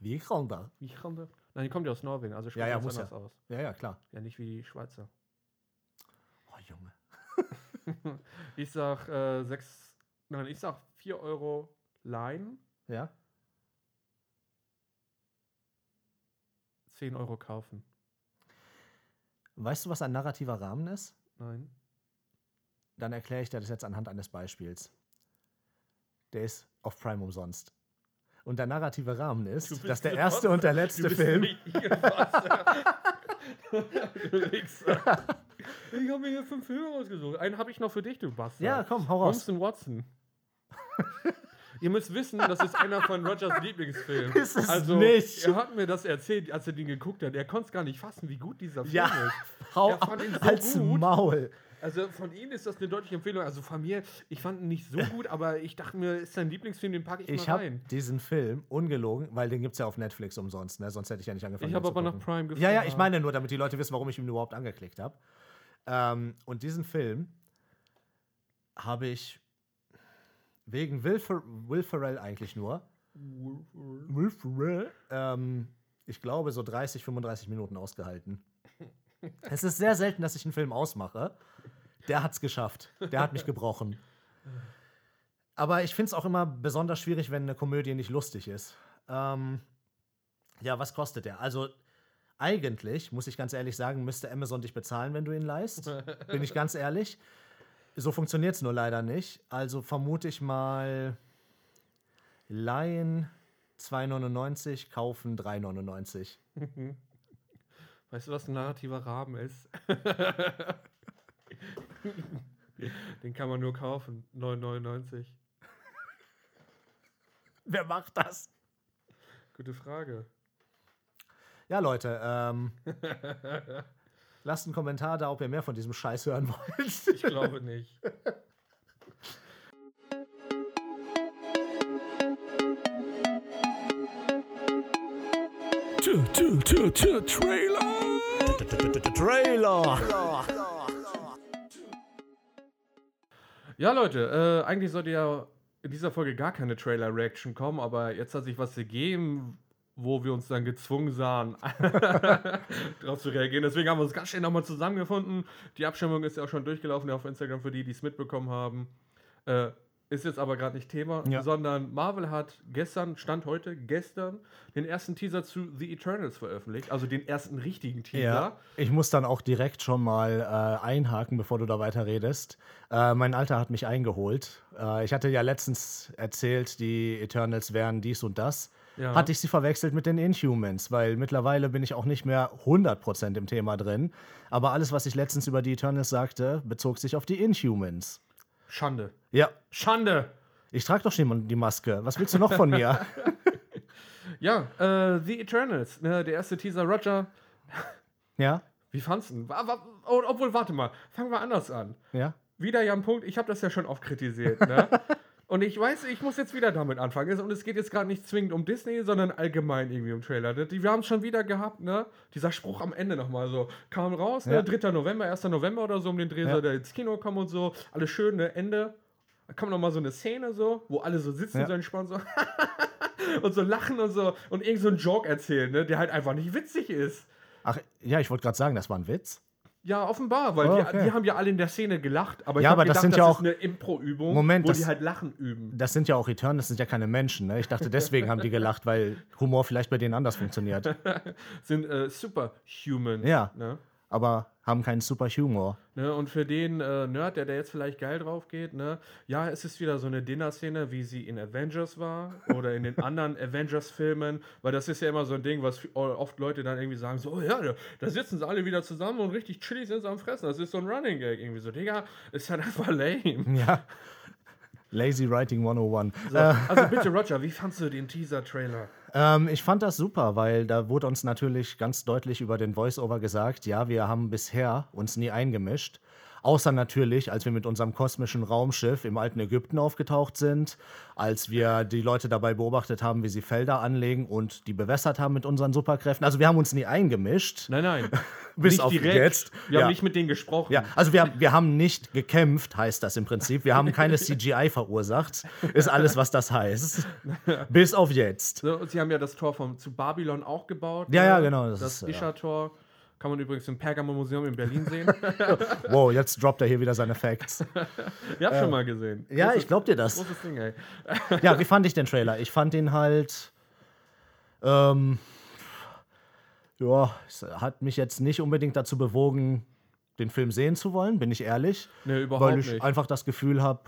Speaker 2: Wie krank da?
Speaker 1: Vikander? Nein, die kommt ja aus Norwegen, also
Speaker 2: Ja,
Speaker 1: spricht
Speaker 2: ja,
Speaker 1: ganz
Speaker 2: muss
Speaker 1: anders
Speaker 2: ja.
Speaker 1: aus.
Speaker 2: Ja, ja, klar.
Speaker 1: Ja, nicht wie die Schweizer.
Speaker 2: Oh, Junge.
Speaker 1: Ich sag äh, sechs, nein, ich sag 4 Euro leihen,
Speaker 2: Ja.
Speaker 1: 10 Euro kaufen.
Speaker 2: Weißt du, was ein narrativer Rahmen ist?
Speaker 1: Nein.
Speaker 2: Dann erkläre ich dir das jetzt anhand eines Beispiels. Der ist auf Prime umsonst. Und der narrative Rahmen
Speaker 1: Du
Speaker 2: ist,
Speaker 1: bist
Speaker 2: dass der
Speaker 1: eine
Speaker 2: erste
Speaker 1: Fotze.
Speaker 2: und der letzte Film.
Speaker 1: nicht hier, Wasser. du Wichser. Ich habe mir hier fünf Filme rausgesucht. Einen habe ich noch für dich, du Bastard.
Speaker 2: Ja, komm, hau raus.
Speaker 1: Holmes und Watson. ihr müsst wissen, das ist einer von Rogers Lieblingsfilmen.
Speaker 2: Ist es
Speaker 1: also,
Speaker 2: nicht.
Speaker 1: Er hat mir das erzählt, als er den geguckt hat. Er konnte es gar nicht fassen, wie gut dieser Film
Speaker 2: Ja,
Speaker 1: ist.
Speaker 2: hau
Speaker 1: Er fand ihn so
Speaker 2: als
Speaker 1: gut.
Speaker 2: Maul.
Speaker 1: Also von ihm ist das eine deutliche Empfehlung. Also von mir, ich fand ihn nicht so gut, aber ich dachte mir, ist sein Lieblingsfilm, den packe ich,
Speaker 2: Ich
Speaker 1: mal
Speaker 2: habe
Speaker 1: rein.
Speaker 2: diesen Film ungelogen, weil den gibt es ja auf Netflix umsonst, ne? sonst hätte ich ja nicht angefangen.
Speaker 1: Ich
Speaker 2: den
Speaker 1: habe
Speaker 2: zu
Speaker 1: aber nach
Speaker 2: gucken.
Speaker 1: Prime gefunden.
Speaker 2: Ja, ja, ich meine nur, damit die Leute wissen, warum ich ihn überhaupt angeklickt habe. Ähm, und diesen Film habe ich wegen Will, Fer Will Ferrell eigentlich nur. Will Ferrell? Ähm, ich glaube, so 30, 35 Minuten ausgehalten. es ist sehr selten, dass ich einen Film ausmache. Der hat's geschafft. Der hat mich gebrochen. Aber ich finde es auch immer besonders schwierig, wenn eine Komödie nicht lustig ist. Ähm, ja, was kostet der? Also, eigentlich, muss ich ganz ehrlich sagen, müsste Amazon dich bezahlen, wenn du ihn leist. Bin ich ganz ehrlich. So funktioniert es nur leider nicht. Also vermute ich mal leihen 2,99, kaufen 3,99.
Speaker 1: Weißt du, was ein narrativer Rahmen ist? Den kann man nur kaufen. 9,99.
Speaker 2: Wer macht das?
Speaker 1: Gute Frage.
Speaker 2: Ja, Leute, ähm, lasst einen Kommentar da, ob ihr mehr von diesem Scheiß hören wollt.
Speaker 1: Ich glaube nicht.
Speaker 3: Trailer!
Speaker 2: Trailer!
Speaker 1: Ja, Leute, äh, eigentlich sollte ja in dieser Folge gar keine Trailer-Reaction kommen, aber jetzt hat sich was gegeben, wo wir uns dann gezwungen sahen, darauf zu reagieren. Deswegen haben wir uns ganz schnell nochmal zusammengefunden. Die Abstimmung ist ja auch schon durchgelaufen auf Instagram für die, die es mitbekommen haben. Äh, ist jetzt aber gerade nicht Thema,
Speaker 2: Ja.
Speaker 1: sondern Marvel hat gestern, Stand heute, gestern, den ersten Teaser zu The Eternals veröffentlicht. Also den ersten richtigen Teaser.
Speaker 2: Ja, ich muss dann auch direkt schon mal äh, einhaken, bevor du da weiter redest. Äh, mein Alter hat mich eingeholt. Äh, ich hatte ja letztens erzählt, die Eternals wären dies und das.
Speaker 1: Ja.
Speaker 2: Hatte ich sie verwechselt mit den Inhumans, weil mittlerweile bin ich auch nicht mehr 100% im Thema drin. Aber alles, was ich letztens über die Eternals sagte, bezog sich auf die Inhumans.
Speaker 1: Schande.
Speaker 2: Ja,
Speaker 1: Schande!
Speaker 2: ich trage doch schon die Maske. Was willst du noch von mir?
Speaker 1: Ja, äh, The Eternals, ne, der erste Teaser, Roger.
Speaker 2: ja,
Speaker 1: Wie fandst du? War, war, oh, obwohl, warte mal, fangen wir anders an.
Speaker 2: ja.
Speaker 1: Wieder ja ein Punkt, ich habe das ja schon oft kritisiert, ne? Und ich weiß, ich muss jetzt wieder damit anfangen. Es- Und es geht jetzt gerade nicht zwingend um Disney, sondern allgemein irgendwie um Trailer. ne? Die, wir haben es schon wieder gehabt, ne? Dieser Spruch am Ende nochmal so. Kam raus, ne?
Speaker 2: Ja.
Speaker 1: 3. November, 1. November oder so um den Dreh
Speaker 2: Ja.
Speaker 1: soll der ins Kino kommen und so. Alles schön, ne? Ende. Da kam nochmal so eine Szene so, wo alle so sitzen,
Speaker 2: Ja.
Speaker 1: so entspannt, so. und so lachen und so. Und irgend so einen Joke erzählen, ne? Der halt einfach nicht witzig ist.
Speaker 2: Ach, ja, ich wollte gerade sagen, das war ein Witz.
Speaker 1: Ja, offenbar, weil
Speaker 2: Oh, okay.
Speaker 1: die, die haben ja alle in der Szene gelacht, aber ich
Speaker 2: Ja,
Speaker 1: habe
Speaker 2: aber
Speaker 1: gedacht,
Speaker 2: das sind ja
Speaker 1: das
Speaker 2: auch-
Speaker 1: ist eine Impro-Übung,
Speaker 2: Moment,
Speaker 1: wo
Speaker 2: das-
Speaker 1: die halt Lachen üben.
Speaker 2: Das sind ja auch Return, das sind ja keine Menschen. Ne? Ich dachte, deswegen haben die gelacht, weil Humor vielleicht bei denen anders funktioniert.
Speaker 1: Sind äh, Superhuman.
Speaker 2: Ja.
Speaker 1: Ne?
Speaker 2: Aber haben keinen Superhumor.
Speaker 1: Ne? Und für den äh, Nerd, der da jetzt vielleicht geil drauf geht, ne? ja, es ist wieder so eine Dinner-Szene, wie sie in Avengers war oder in den anderen Avengers-Filmen, weil das ist ja immer so ein Ding, was f- oft Leute dann irgendwie sagen, so, oh ja, da- da sitzen sie alle wieder zusammen und richtig chillig sind sie am Fressen. Das ist so ein Running Gag irgendwie. So, Digga, ist halt einfach lame.
Speaker 2: Ja. Lazy Writing 101.
Speaker 1: So, also bitte, Roger, wie fandst du den Teaser-Trailer?
Speaker 2: Ähm, ich fand das super, weil da wurde uns natürlich ganz deutlich über den Voiceover gesagt, ja, wir haben bisher uns nie eingemischt. Außer natürlich, als wir mit unserem kosmischen Raumschiff im alten Ägypten aufgetaucht sind, als wir die Leute dabei beobachtet haben, wie sie Felder anlegen und die bewässert haben mit unseren Superkräften. Also wir haben uns nie eingemischt.
Speaker 1: Nein, nein.
Speaker 2: Bis
Speaker 3: nicht
Speaker 2: auf
Speaker 3: direkt.
Speaker 2: jetzt.
Speaker 3: Wir
Speaker 2: Ja.
Speaker 3: haben nicht mit denen gesprochen.
Speaker 2: Ja, also wir, wir haben nicht gekämpft, heißt das im Prinzip. Wir haben keine CGI verursacht, ist alles, was das heißt. Bis auf jetzt.
Speaker 1: So, und sie haben ja das Tor vom, zu Babylon auch gebaut.
Speaker 2: Ja, ja,
Speaker 1: äh,
Speaker 2: genau, das
Speaker 1: Das,
Speaker 2: ist, ja.
Speaker 1: Isha-Tor kann man übrigens im Pergamon-Museum in Berlin sehen.
Speaker 2: Wow, jetzt droppt er hier wieder seine Facts.
Speaker 1: ich hab schon mal gesehen.
Speaker 2: Äh, ja,
Speaker 1: Großes-
Speaker 2: ich glaub dir das.
Speaker 1: Großes Ding, ey. Ne,
Speaker 2: Ja, wie fand ich den Trailer? Ich fand ihn halt. Ähm, ja, es hat mich jetzt nicht unbedingt dazu bewogen, den Film sehen zu wollen, bin ich ehrlich.
Speaker 1: Nee, überhaupt
Speaker 2: weil ich
Speaker 1: nicht.
Speaker 2: einfach das Gefühl habe,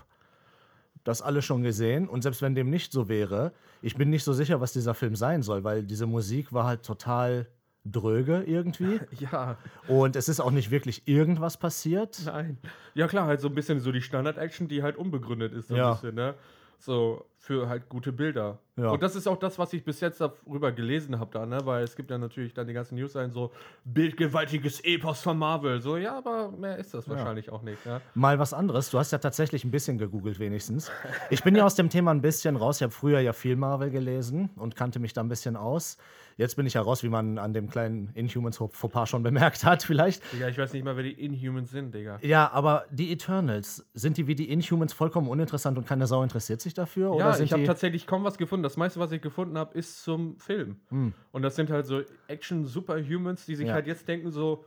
Speaker 2: das alles schon gesehen. Und selbst wenn dem nicht so wäre, ich bin nicht so sicher, was dieser Film sein soll, weil diese Musik war halt total dröge irgendwie.
Speaker 1: Ja,
Speaker 2: Und es ist auch nicht wirklich irgendwas passiert.
Speaker 1: nein. Ja, klar, halt so ein bisschen so die Standard-Action, die halt unbegründet ist. So
Speaker 2: Ja.
Speaker 1: ein bisschen, ne? So, für halt gute Bilder.
Speaker 2: Ja.
Speaker 1: Und das ist auch das, was ich bis jetzt darüber gelesen habe, da, ne? Weil es gibt ja natürlich dann die ganzen News ein, so bildgewaltiges Epos von Marvel. So, ja, aber mehr ist das wahrscheinlich auch nicht, ne?
Speaker 2: Mal was anderes. Du hast ja tatsächlich ein bisschen gegoogelt, wenigstens. Ich bin ja aus dem Thema ein bisschen raus. Ich habe früher ja viel Marvel gelesen und kannte mich da ein bisschen aus. Jetzt bin ich ja raus, wie man an dem kleinen Inhumans-Fauxpas schon bemerkt hat, vielleicht.
Speaker 1: Digga, ich weiß nicht mal, wer die Inhumans sind, Digga.
Speaker 2: Ja, aber die Eternals, sind die wie die Inhumans vollkommen uninteressant und keine Sau interessiert sich dafür? oder
Speaker 1: Ja,
Speaker 2: sind
Speaker 1: ich habe
Speaker 2: die,
Speaker 1: tatsächlich kaum was gefunden. Das meiste, was ich gefunden habe, ist zum Film. Und das sind halt so Action-Superhumans, die sich
Speaker 2: Hm. Ja.
Speaker 1: halt jetzt denken so,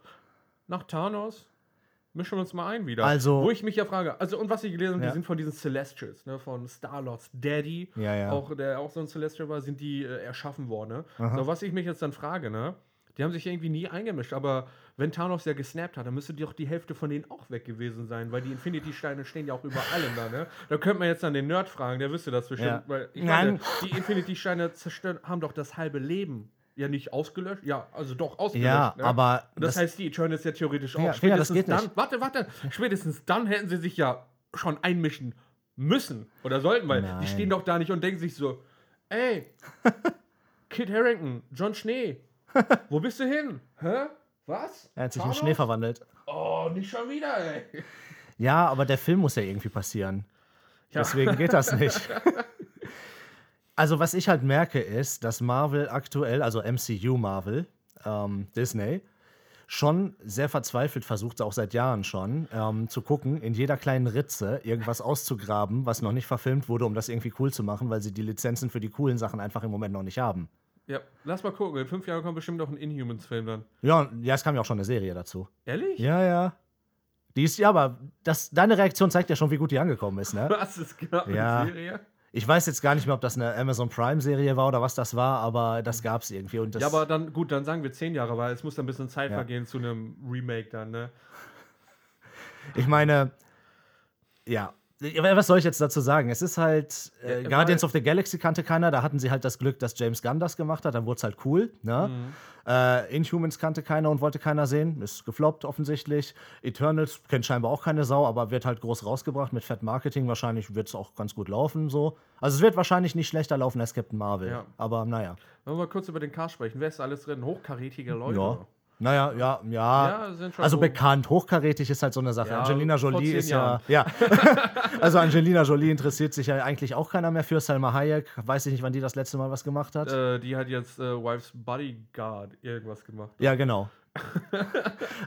Speaker 1: nach Thanos mischen wir uns mal ein wieder.
Speaker 2: Also-
Speaker 1: Wo ich mich ja frage, also und was ich gelesen habe,
Speaker 2: Ja.
Speaker 1: die sind von diesen Celestials, ne, von Star-Lords Daddy,
Speaker 2: Ja, ja.
Speaker 1: Auch, der auch so ein Celestial war, sind die äh, erschaffen worden. Ne? So, was ich mich jetzt dann frage, ne, die haben sich irgendwie nie eingemischt, aber wenn Thanos ja gesnappt hat, dann müsste doch die Hälfte von denen auch weg gewesen sein, weil die Infinity-Steine stehen ja auch über allem da, ne? Da könnte man jetzt an den Nerd fragen, der wüsste das bestimmt,
Speaker 2: Ja.
Speaker 1: weil ich
Speaker 2: Nein.
Speaker 1: meine, die Infinity-Steine zerstören, haben doch das halbe Leben ja nicht ausgelöscht, ja, also doch ausgelöscht.
Speaker 2: Ja,
Speaker 1: ne?
Speaker 2: aber
Speaker 1: Und das,
Speaker 2: das-
Speaker 1: heißt, die Eternals ja theoretisch auch.
Speaker 2: Ja, Digga, das geht
Speaker 1: dann,
Speaker 2: nicht.
Speaker 1: warte, warte, spätestens dann hätten sie sich ja schon einmischen müssen oder sollten, weil
Speaker 2: Nein.
Speaker 1: die stehen doch da nicht und denken sich so, ey, Kid Harrington, John Schnee, wo bist du hin? Hä? Was?
Speaker 2: er hat sich in
Speaker 1: Thanos?
Speaker 2: Schnee verwandelt.
Speaker 1: Oh, nicht schon wieder, ey.
Speaker 2: Ja, aber der Film muss ja irgendwie passieren.
Speaker 1: Ja.
Speaker 2: Deswegen geht das nicht. Also, was ich halt merke, ist, dass Marvel aktuell, also MCU Marvel, ähm, Disney, schon sehr verzweifelt versucht, auch seit Jahren schon, ähm, zu gucken, in jeder kleinen Ritze irgendwas auszugraben, was noch nicht verfilmt wurde, um das irgendwie cool zu machen, weil sie die Lizenzen für die coolen Sachen einfach im Moment noch nicht haben.
Speaker 1: Ja, lass mal gucken. In fünf Jahren kommt bestimmt noch ein Inhumans-Film dann.
Speaker 2: Ja, ja, es kam ja auch schon eine Serie dazu.
Speaker 1: Ehrlich?
Speaker 2: Ja, ja. Die ist, ja, aber das, deine Reaktion zeigt ja schon, wie gut die angekommen ist, ne?
Speaker 1: Was ist genau eine
Speaker 2: Ja.
Speaker 1: Serie?
Speaker 2: Ich weiß jetzt gar nicht mehr, ob das eine Amazon Prime-Serie war oder was das war, aber das gab es irgendwie. Und das,
Speaker 1: ja, aber dann, gut, dann sagen wir zehn Jahre, weil es muss dann ein bisschen Zeit
Speaker 2: Ja.
Speaker 1: vergehen zu einem Remake dann, ne?
Speaker 2: ich meine, ja. Ja, Was soll ich jetzt dazu sagen? Es ist halt, äh,
Speaker 1: Ja,
Speaker 2: Guardians
Speaker 1: weil-
Speaker 2: of the Galaxy kannte keiner, da hatten sie halt das Glück, dass James Gunn das gemacht hat, dann wurde es halt cool. Ne?
Speaker 1: Mhm.
Speaker 2: Äh, Inhumans kannte keiner und wollte keiner sehen, ist gefloppt offensichtlich. Eternals kennt scheinbar auch keine Sau, aber wird halt groß rausgebracht mit Fett Marketing. Wahrscheinlich wird es auch ganz gut laufen so. Also es wird wahrscheinlich nicht schlechter laufen als Captain Marvel,
Speaker 1: Ja.
Speaker 2: aber naja.
Speaker 1: Wollen wir mal kurz über den Cast sprechen? Wer ist da alles drin? Hochkarätige Leute.
Speaker 2: Ja. Naja, ja, ja.
Speaker 1: Ja, sind schon
Speaker 2: also
Speaker 1: so-
Speaker 2: bekannt, hochkarätig ist halt so eine Sache.
Speaker 1: Ja,
Speaker 2: Angelina
Speaker 1: vor
Speaker 2: Jolie
Speaker 1: zehn
Speaker 2: ist ja. Ja. also Angelina Jolie interessiert sich ja eigentlich auch keiner mehr für. Salma Hayek, weiß ich nicht, wann die das letzte Mal was gemacht hat.
Speaker 1: Äh, die hat jetzt äh, Wives Bodyguard irgendwas gemacht.
Speaker 2: Ja, genau.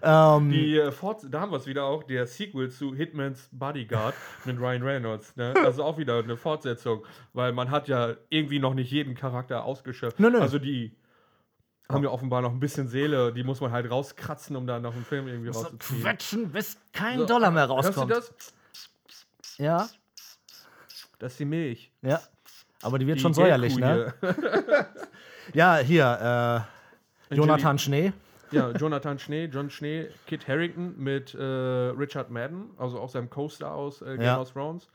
Speaker 2: ähm,
Speaker 1: Die äh, Fort da haben wir es wieder auch, der Sequel zu Hitmans Bodyguard mit Ryan Reynolds. Ne? Also auch wieder eine Fortsetzung, weil man hat ja irgendwie noch nicht jeden Charakter ausgeschöpft.
Speaker 2: Nö, nö.
Speaker 1: Also die haben ja offenbar noch ein bisschen Seele, die muss man halt rauskratzen, um da noch einen Film irgendwie rauszuziehen.
Speaker 2: quetschen, bis kein
Speaker 1: So, äh,
Speaker 2: Dollar mehr
Speaker 1: Hörst du
Speaker 2: rauskommt.
Speaker 1: das?
Speaker 2: Ja,
Speaker 1: Das ist die Milch.
Speaker 2: ja. Aber die wird
Speaker 1: Die
Speaker 2: schon säuerlich,
Speaker 1: Gelkuh
Speaker 2: ne? Ja, hier, äh,
Speaker 1: hier.
Speaker 2: Jonathan Schnee.
Speaker 1: Ja, Jonathan Schnee, John Schnee, Kit Harrington mit äh, Richard Madden, also auch seinem Co-Star aus äh, Game
Speaker 2: Ja.
Speaker 1: of Thrones,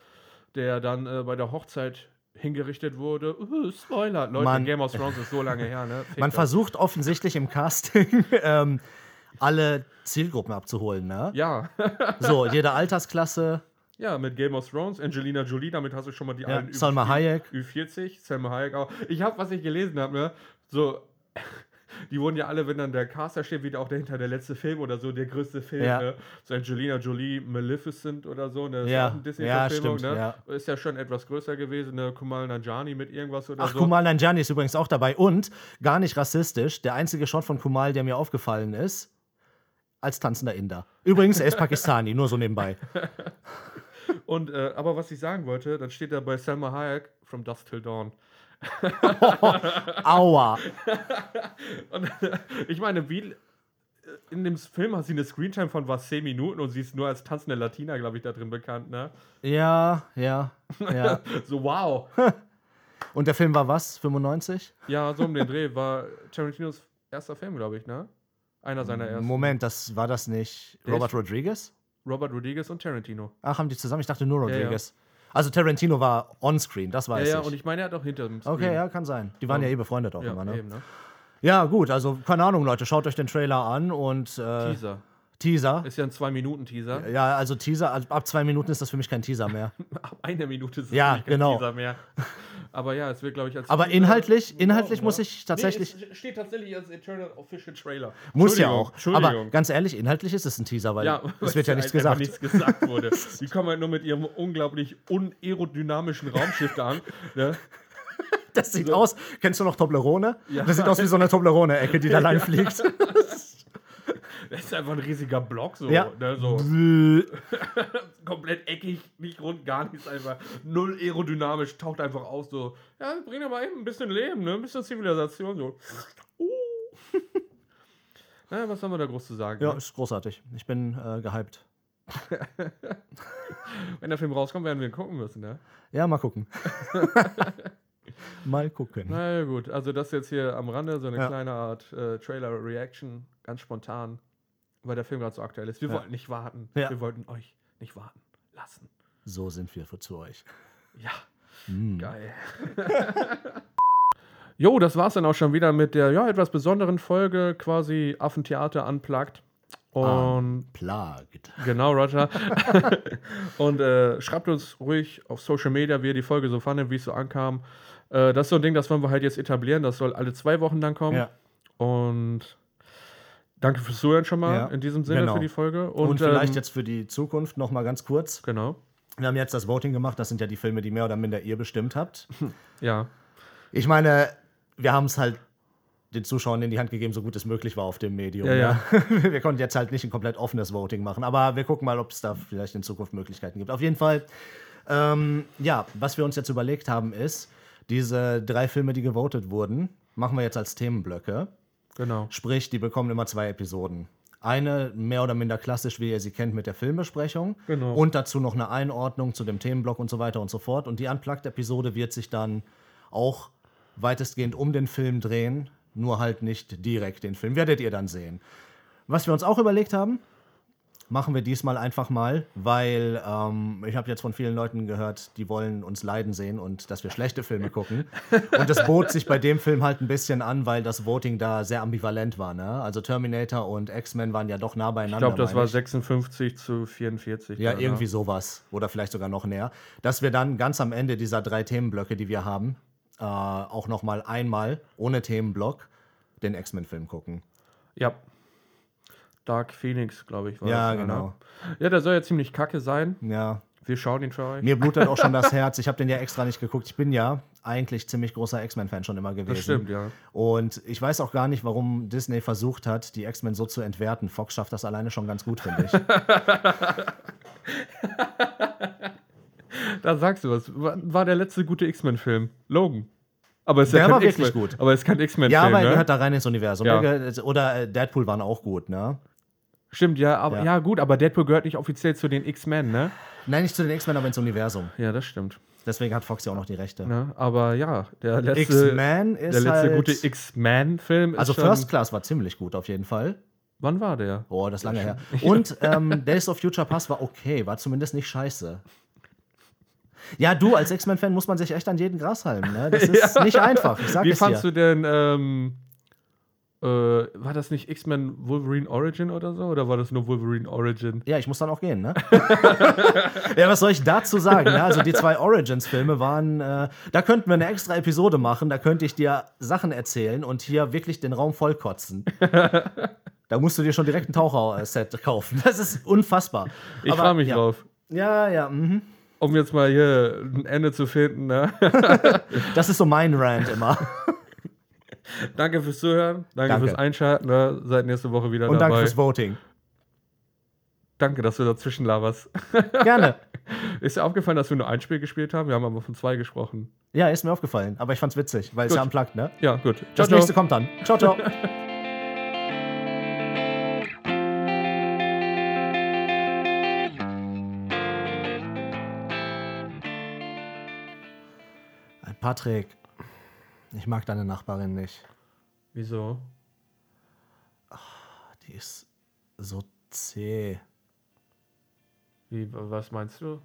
Speaker 1: der dann äh, bei der Hochzeit hingerichtet wurde. Uh, Spoiler, Leute,
Speaker 2: Man-
Speaker 1: Game of Thrones ist so lange her, ne? Fickt
Speaker 2: Man
Speaker 1: euch.
Speaker 2: versucht offensichtlich im Casting ähm, alle Zielgruppen abzuholen, ne?
Speaker 1: Ja.
Speaker 2: So, jede Altersklasse.
Speaker 1: ja, mit Game of Thrones, Angelina Jolie, damit hast du schon mal die
Speaker 2: Ja,
Speaker 1: alten Ü-
Speaker 2: Salma
Speaker 1: Ü-
Speaker 2: Hayek.
Speaker 1: Ü40, Salma Hayek auch. Ich habe, was ich gelesen habe, ne? So. Die wurden ja alle, wenn dann der Caster steht, wieder auch dahinter der letzte Film oder so, der größte Film,
Speaker 2: Ja.
Speaker 1: ne? So Angelina Jolie, Maleficent oder so, ne? Das
Speaker 2: Ja,
Speaker 1: ist auch eine
Speaker 2: ja,
Speaker 1: Disney-Verfilmung,
Speaker 2: stimmt,
Speaker 1: ne? Ist ja schon etwas größer gewesen, ne? Kumal Nanjani mit irgendwas oder
Speaker 2: Ach,
Speaker 1: so.
Speaker 2: Kumal Nanjiani ist übrigens auch dabei und gar nicht rassistisch. Der einzige Shot von Kumal, der mir aufgefallen ist, als tanzender Inder. Übrigens, er ist Pakistani, nur so nebenbei.
Speaker 1: Und, äh, aber was ich sagen wollte, dann steht da bei Selma Hayek, From Dusk Till Dawn.
Speaker 2: Aua.
Speaker 1: Und ich meine, wie in dem Film hat sie eine Screentime von was, 10 Minuten und sie ist nur als tanzende Latina, glaube ich, da drin bekannt, ne?
Speaker 2: Ja, ja, ja.
Speaker 1: So, wow.
Speaker 2: Und der Film war was? 95?
Speaker 1: Ja, so um den Dreh war Tarantinos erster Film, glaube ich, ne? Einer seiner ersten.
Speaker 2: Moment, das war das nicht
Speaker 1: Der
Speaker 2: Robert
Speaker 1: ist-
Speaker 2: Rodriguez?
Speaker 1: Robert Rodriguez und Tarantino.
Speaker 2: Ach, haben die zusammen? Ich dachte nur
Speaker 1: ja.
Speaker 2: Rodriguez. Also Tarantino war onscreen, das
Speaker 1: Ja,
Speaker 2: weiß
Speaker 1: ja,
Speaker 2: ich.
Speaker 1: und ich meine, er hat auch hinter dem Screen.
Speaker 2: Okay, ja, kann sein. Die waren ja eh befreundet auch
Speaker 1: Ja,
Speaker 2: immer, ne?
Speaker 1: eben, ne?
Speaker 2: Ja, gut, also keine Ahnung, Leute, schaut euch den Trailer an und äh,
Speaker 1: Teaser.
Speaker 2: Teaser.
Speaker 1: Ist ja ein 2-Minuten-Teaser.
Speaker 2: Ja, also Teaser, ab ab zwei Minuten ist das für mich kein Teaser mehr.
Speaker 1: Ab einer Minute ist es
Speaker 2: Ja,
Speaker 1: nämlich kein
Speaker 2: genau.
Speaker 1: Teaser mehr. Aber ja, es wird, glaube ich, als.
Speaker 2: Aber
Speaker 1: Teaser-
Speaker 2: inhaltlich, inhaltlich
Speaker 1: Ja,
Speaker 2: muss
Speaker 1: ne?
Speaker 2: ich tatsächlich.
Speaker 1: Nee, es steht tatsächlich als Eternal Official Trailer.
Speaker 2: muss ja
Speaker 1: Entschuldigung,
Speaker 2: auch. Aber
Speaker 1: Entschuldigung.
Speaker 2: ganz ehrlich, inhaltlich ist es ein Teaser, weil es wird ja
Speaker 1: weil
Speaker 2: nichts
Speaker 1: einfach
Speaker 2: gesagt.
Speaker 1: nichts gesagt wurde. Die kommen halt nur mit ihrem unglaublich unaerodynamischen Raumschiff da an. Ne?
Speaker 2: Das sieht aus. Kennst du noch Toblerone?
Speaker 1: Ja.
Speaker 2: Das sieht aus wie so eine Toblerone-Ecke, die da lang fliegt.
Speaker 1: Das ist einfach ein riesiger Block, so,
Speaker 2: Ja.
Speaker 1: ne? so
Speaker 2: Blö.
Speaker 1: komplett eckig, nicht rund, gar nichts, einfach null aerodynamisch, taucht einfach aus, so, ja, bring doch mal eben ein bisschen Leben, ne? ein bisschen Zivilisation, so. Uh. Na, was haben wir da groß zu sagen?
Speaker 2: ja,
Speaker 1: ne?
Speaker 2: ist großartig. Ich bin äh, gehypt.
Speaker 1: Wenn der Film rauskommt, werden wir ihn gucken müssen, ne?
Speaker 2: Ja, mal gucken. mal gucken.
Speaker 1: Na ja, gut, also das jetzt hier am Rande, so eine
Speaker 2: Ja.
Speaker 1: kleine Art äh, Trailer-Reaction, ganz spontan, weil der Film gerade so aktuell ist. Wir
Speaker 2: Ja.
Speaker 1: wollten nicht warten.
Speaker 2: Ja.
Speaker 1: Wir wollten euch nicht warten lassen.
Speaker 2: So sind wir für zu euch.
Speaker 1: Ja,
Speaker 2: Mm.
Speaker 1: geil. Mhm. jo, das war's dann auch schon wieder mit der ja, etwas besonderen Folge, quasi Affentheater unplugged.
Speaker 2: Ah.
Speaker 1: Und
Speaker 2: Plagt.
Speaker 1: genau, Roger. Und äh, schreibt uns ruhig auf Social Media, wie ihr die Folge so fandet, wie es so ankam. Äh, das ist so ein Ding, das wollen wir halt jetzt etablieren. Das soll alle zwei Wochen dann kommen.
Speaker 2: Ja.
Speaker 1: Und danke fürs Zuhören schon mal
Speaker 2: Ja,
Speaker 1: in diesem Sinne
Speaker 2: genau.
Speaker 1: für die Folge.
Speaker 2: Und,
Speaker 1: Und,
Speaker 2: vielleicht
Speaker 1: ähm,
Speaker 2: jetzt für die Zukunft noch mal ganz kurz.
Speaker 1: Genau.
Speaker 2: Wir haben jetzt das Voting gemacht. Das sind ja die Filme, die mehr oder minder ihr bestimmt habt.
Speaker 1: Ja.
Speaker 2: Ich meine, wir haben es halt den Zuschauern in die Hand gegeben, so gut es möglich war auf dem Medium.
Speaker 1: Ja, ja.
Speaker 2: ne? Wir konnten jetzt halt nicht ein komplett offenes Voting machen, aber wir gucken mal, ob es da vielleicht in Zukunft Möglichkeiten gibt. Auf jeden Fall, ähm, ja, was wir uns jetzt überlegt haben, ist, diese drei Filme, die gewotet wurden, machen wir jetzt als Themenblöcke.
Speaker 1: Genau.
Speaker 2: Sprich, die bekommen immer zwei Episoden. Eine mehr oder minder klassisch, wie ihr sie kennt, mit der Filmbesprechung.
Speaker 1: Genau.
Speaker 2: Und dazu noch eine Einordnung zu dem Themenblock und so weiter und so fort. Und die Unplugged-Episode wird sich dann auch weitestgehend um den Film drehen, nur halt nicht direkt den Film. Werdet ihr dann sehen. Was wir uns auch überlegt haben, machen wir diesmal einfach mal, weil ähm, ich habe jetzt von vielen Leuten gehört, die wollen uns leiden sehen und dass wir schlechte Filme gucken. Und das bot sich bei dem Film halt ein bisschen an, weil das Voting da sehr ambivalent war. Ne? Also Terminator und X-Men waren ja doch nah beieinander.
Speaker 1: Ich glaube, das
Speaker 2: meine
Speaker 1: war 56 zu 44.
Speaker 2: ja,
Speaker 1: da, ne?
Speaker 2: irgendwie sowas. Oder vielleicht sogar noch näher. Dass wir dann ganz am Ende dieser drei Themenblöcke, die wir haben, äh, auch nochmal einmal ohne Themenblock den X-Men-Film gucken.
Speaker 1: Ja. Dark Phoenix, glaube ich, war
Speaker 2: ja,
Speaker 1: das, ne?
Speaker 2: genau.
Speaker 1: Ja, der soll ja ziemlich kacke sein.
Speaker 2: Ja.
Speaker 1: Wir schauen ihn für euch.
Speaker 2: Mir blutet halt auch schon das Herz. Ich habe den ja extra nicht geguckt. Ich bin ja eigentlich ziemlich großer X-Men-Fan schon immer gewesen.
Speaker 1: das stimmt, ja.
Speaker 2: Und ich weiß auch gar nicht, warum Disney versucht hat, die X-Men so zu entwerten. Fox schafft das alleine schon ganz gut, finde ich.
Speaker 1: Da sagst du was. Wa- War der letzte gute X-Men-Film? Logan. Aber es ist
Speaker 2: Der
Speaker 1: ja kein
Speaker 2: war wirklich
Speaker 1: X-Men-
Speaker 2: gut.
Speaker 1: Aber es ist kein X-Men-Film.
Speaker 2: ja, weil
Speaker 1: ne?
Speaker 2: gehört da rein ins Universum.
Speaker 1: Ja.
Speaker 2: Der gehört- Oder äh, Deadpool waren auch gut, ne?
Speaker 1: Stimmt, ja, aber
Speaker 2: Ja.
Speaker 1: ja. gut, aber Deadpool gehört nicht offiziell zu den X-Men, ne?
Speaker 2: Nein, nicht zu den X-Men, aber ins Universum.
Speaker 1: Ja, das stimmt.
Speaker 2: Deswegen hat Fox ja auch noch die Rechte.
Speaker 1: Ne? Aber ja, der letzte.
Speaker 2: X-Men ist
Speaker 1: Der letzte
Speaker 2: halt,
Speaker 1: gute X-Men-Film ist
Speaker 2: Also
Speaker 1: schon,
Speaker 2: First Class war ziemlich gut auf jeden Fall.
Speaker 1: Wann war der?
Speaker 2: Oh, das ist lange her. Und ähm, Days of Future Past war okay, war zumindest nicht scheiße. Ja, du als X-Men-Fan muss man sich echt an jeden Gras halten. Ne? Das ist nicht einfach. Ich sag
Speaker 1: Wie
Speaker 2: es
Speaker 1: fandst
Speaker 2: dir.
Speaker 1: du denn, ähm, äh, war das nicht X-Men Wolverine Origin oder so? Oder war das nur Wolverine Origin?
Speaker 2: Ja, ich muss dann auch gehen, ne? ja, was soll ich dazu sagen? Ne? Also die zwei Origins-Filme waren, äh, da könnten wir eine extra Episode machen, da könnte ich dir Sachen erzählen und hier wirklich den Raum vollkotzen. da musst du dir schon direkt ein Taucher-Set kaufen. Das ist unfassbar.
Speaker 1: Ich
Speaker 2: Aber,
Speaker 1: freue mich
Speaker 2: ja.
Speaker 1: drauf.
Speaker 2: Ja, ja, mhm.
Speaker 1: Um jetzt mal hier ein Ende zu finden. Ne?
Speaker 2: Das ist so mein Rant immer.
Speaker 1: danke fürs Zuhören, danke,
Speaker 2: Danke.
Speaker 1: fürs Einschalten. Ne? Seid nächste Woche wieder
Speaker 2: Und
Speaker 1: dabei.
Speaker 2: danke fürs Voting.
Speaker 1: Danke, dass du dazwischen laberst.
Speaker 2: Gerne.
Speaker 1: Ist dir aufgefallen, dass wir nur ein Spiel gespielt haben? Wir haben aber von zwei gesprochen.
Speaker 2: Ja, ist mir aufgefallen, aber ich fand's witzig, weil es
Speaker 1: Gut.
Speaker 2: ja unplugged, ne?
Speaker 1: Ja, gut. Ciao,
Speaker 2: Das
Speaker 1: ciao.
Speaker 2: nächste kommt dann. Ciao, ciao. Äh, Patrick, ich mag deine Nachbarin nicht.
Speaker 1: Wieso?
Speaker 2: Die ist so zäh.
Speaker 1: Wie, was meinst du?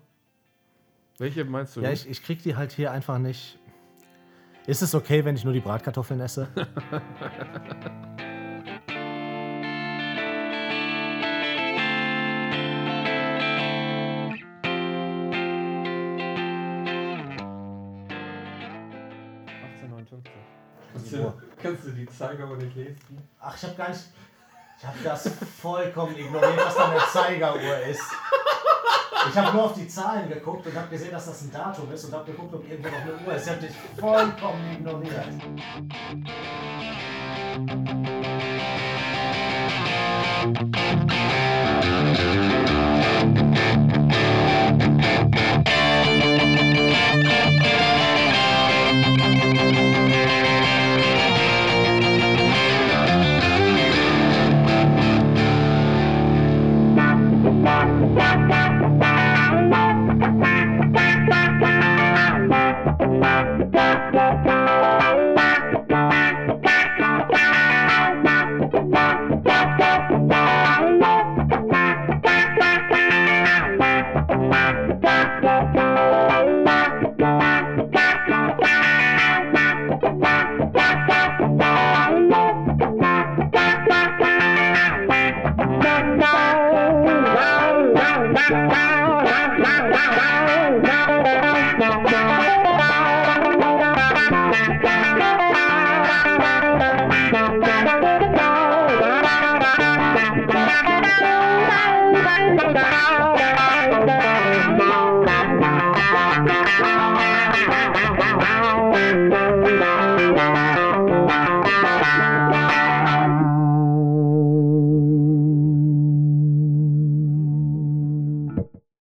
Speaker 1: Welche meinst du?
Speaker 2: Ja, ich, ich krieg die halt hier einfach nicht. Ist es okay, wenn ich nur die Bratkartoffeln esse?
Speaker 1: Kannst
Speaker 2: du-
Speaker 1: kannst du die Zeiger aber nicht lesen?
Speaker 2: Ach, ich habe gar nicht. Ich habe das vollkommen ignoriert, dass da eine Zeigeruhr ist. Ich habe nur auf die Zahlen geguckt und habe gesehen, dass das ein Datum ist und habe geguckt, ob irgendwo noch eine Uhr ist. Ich habe dich vollkommen ignoriert.
Speaker 3: Thank you.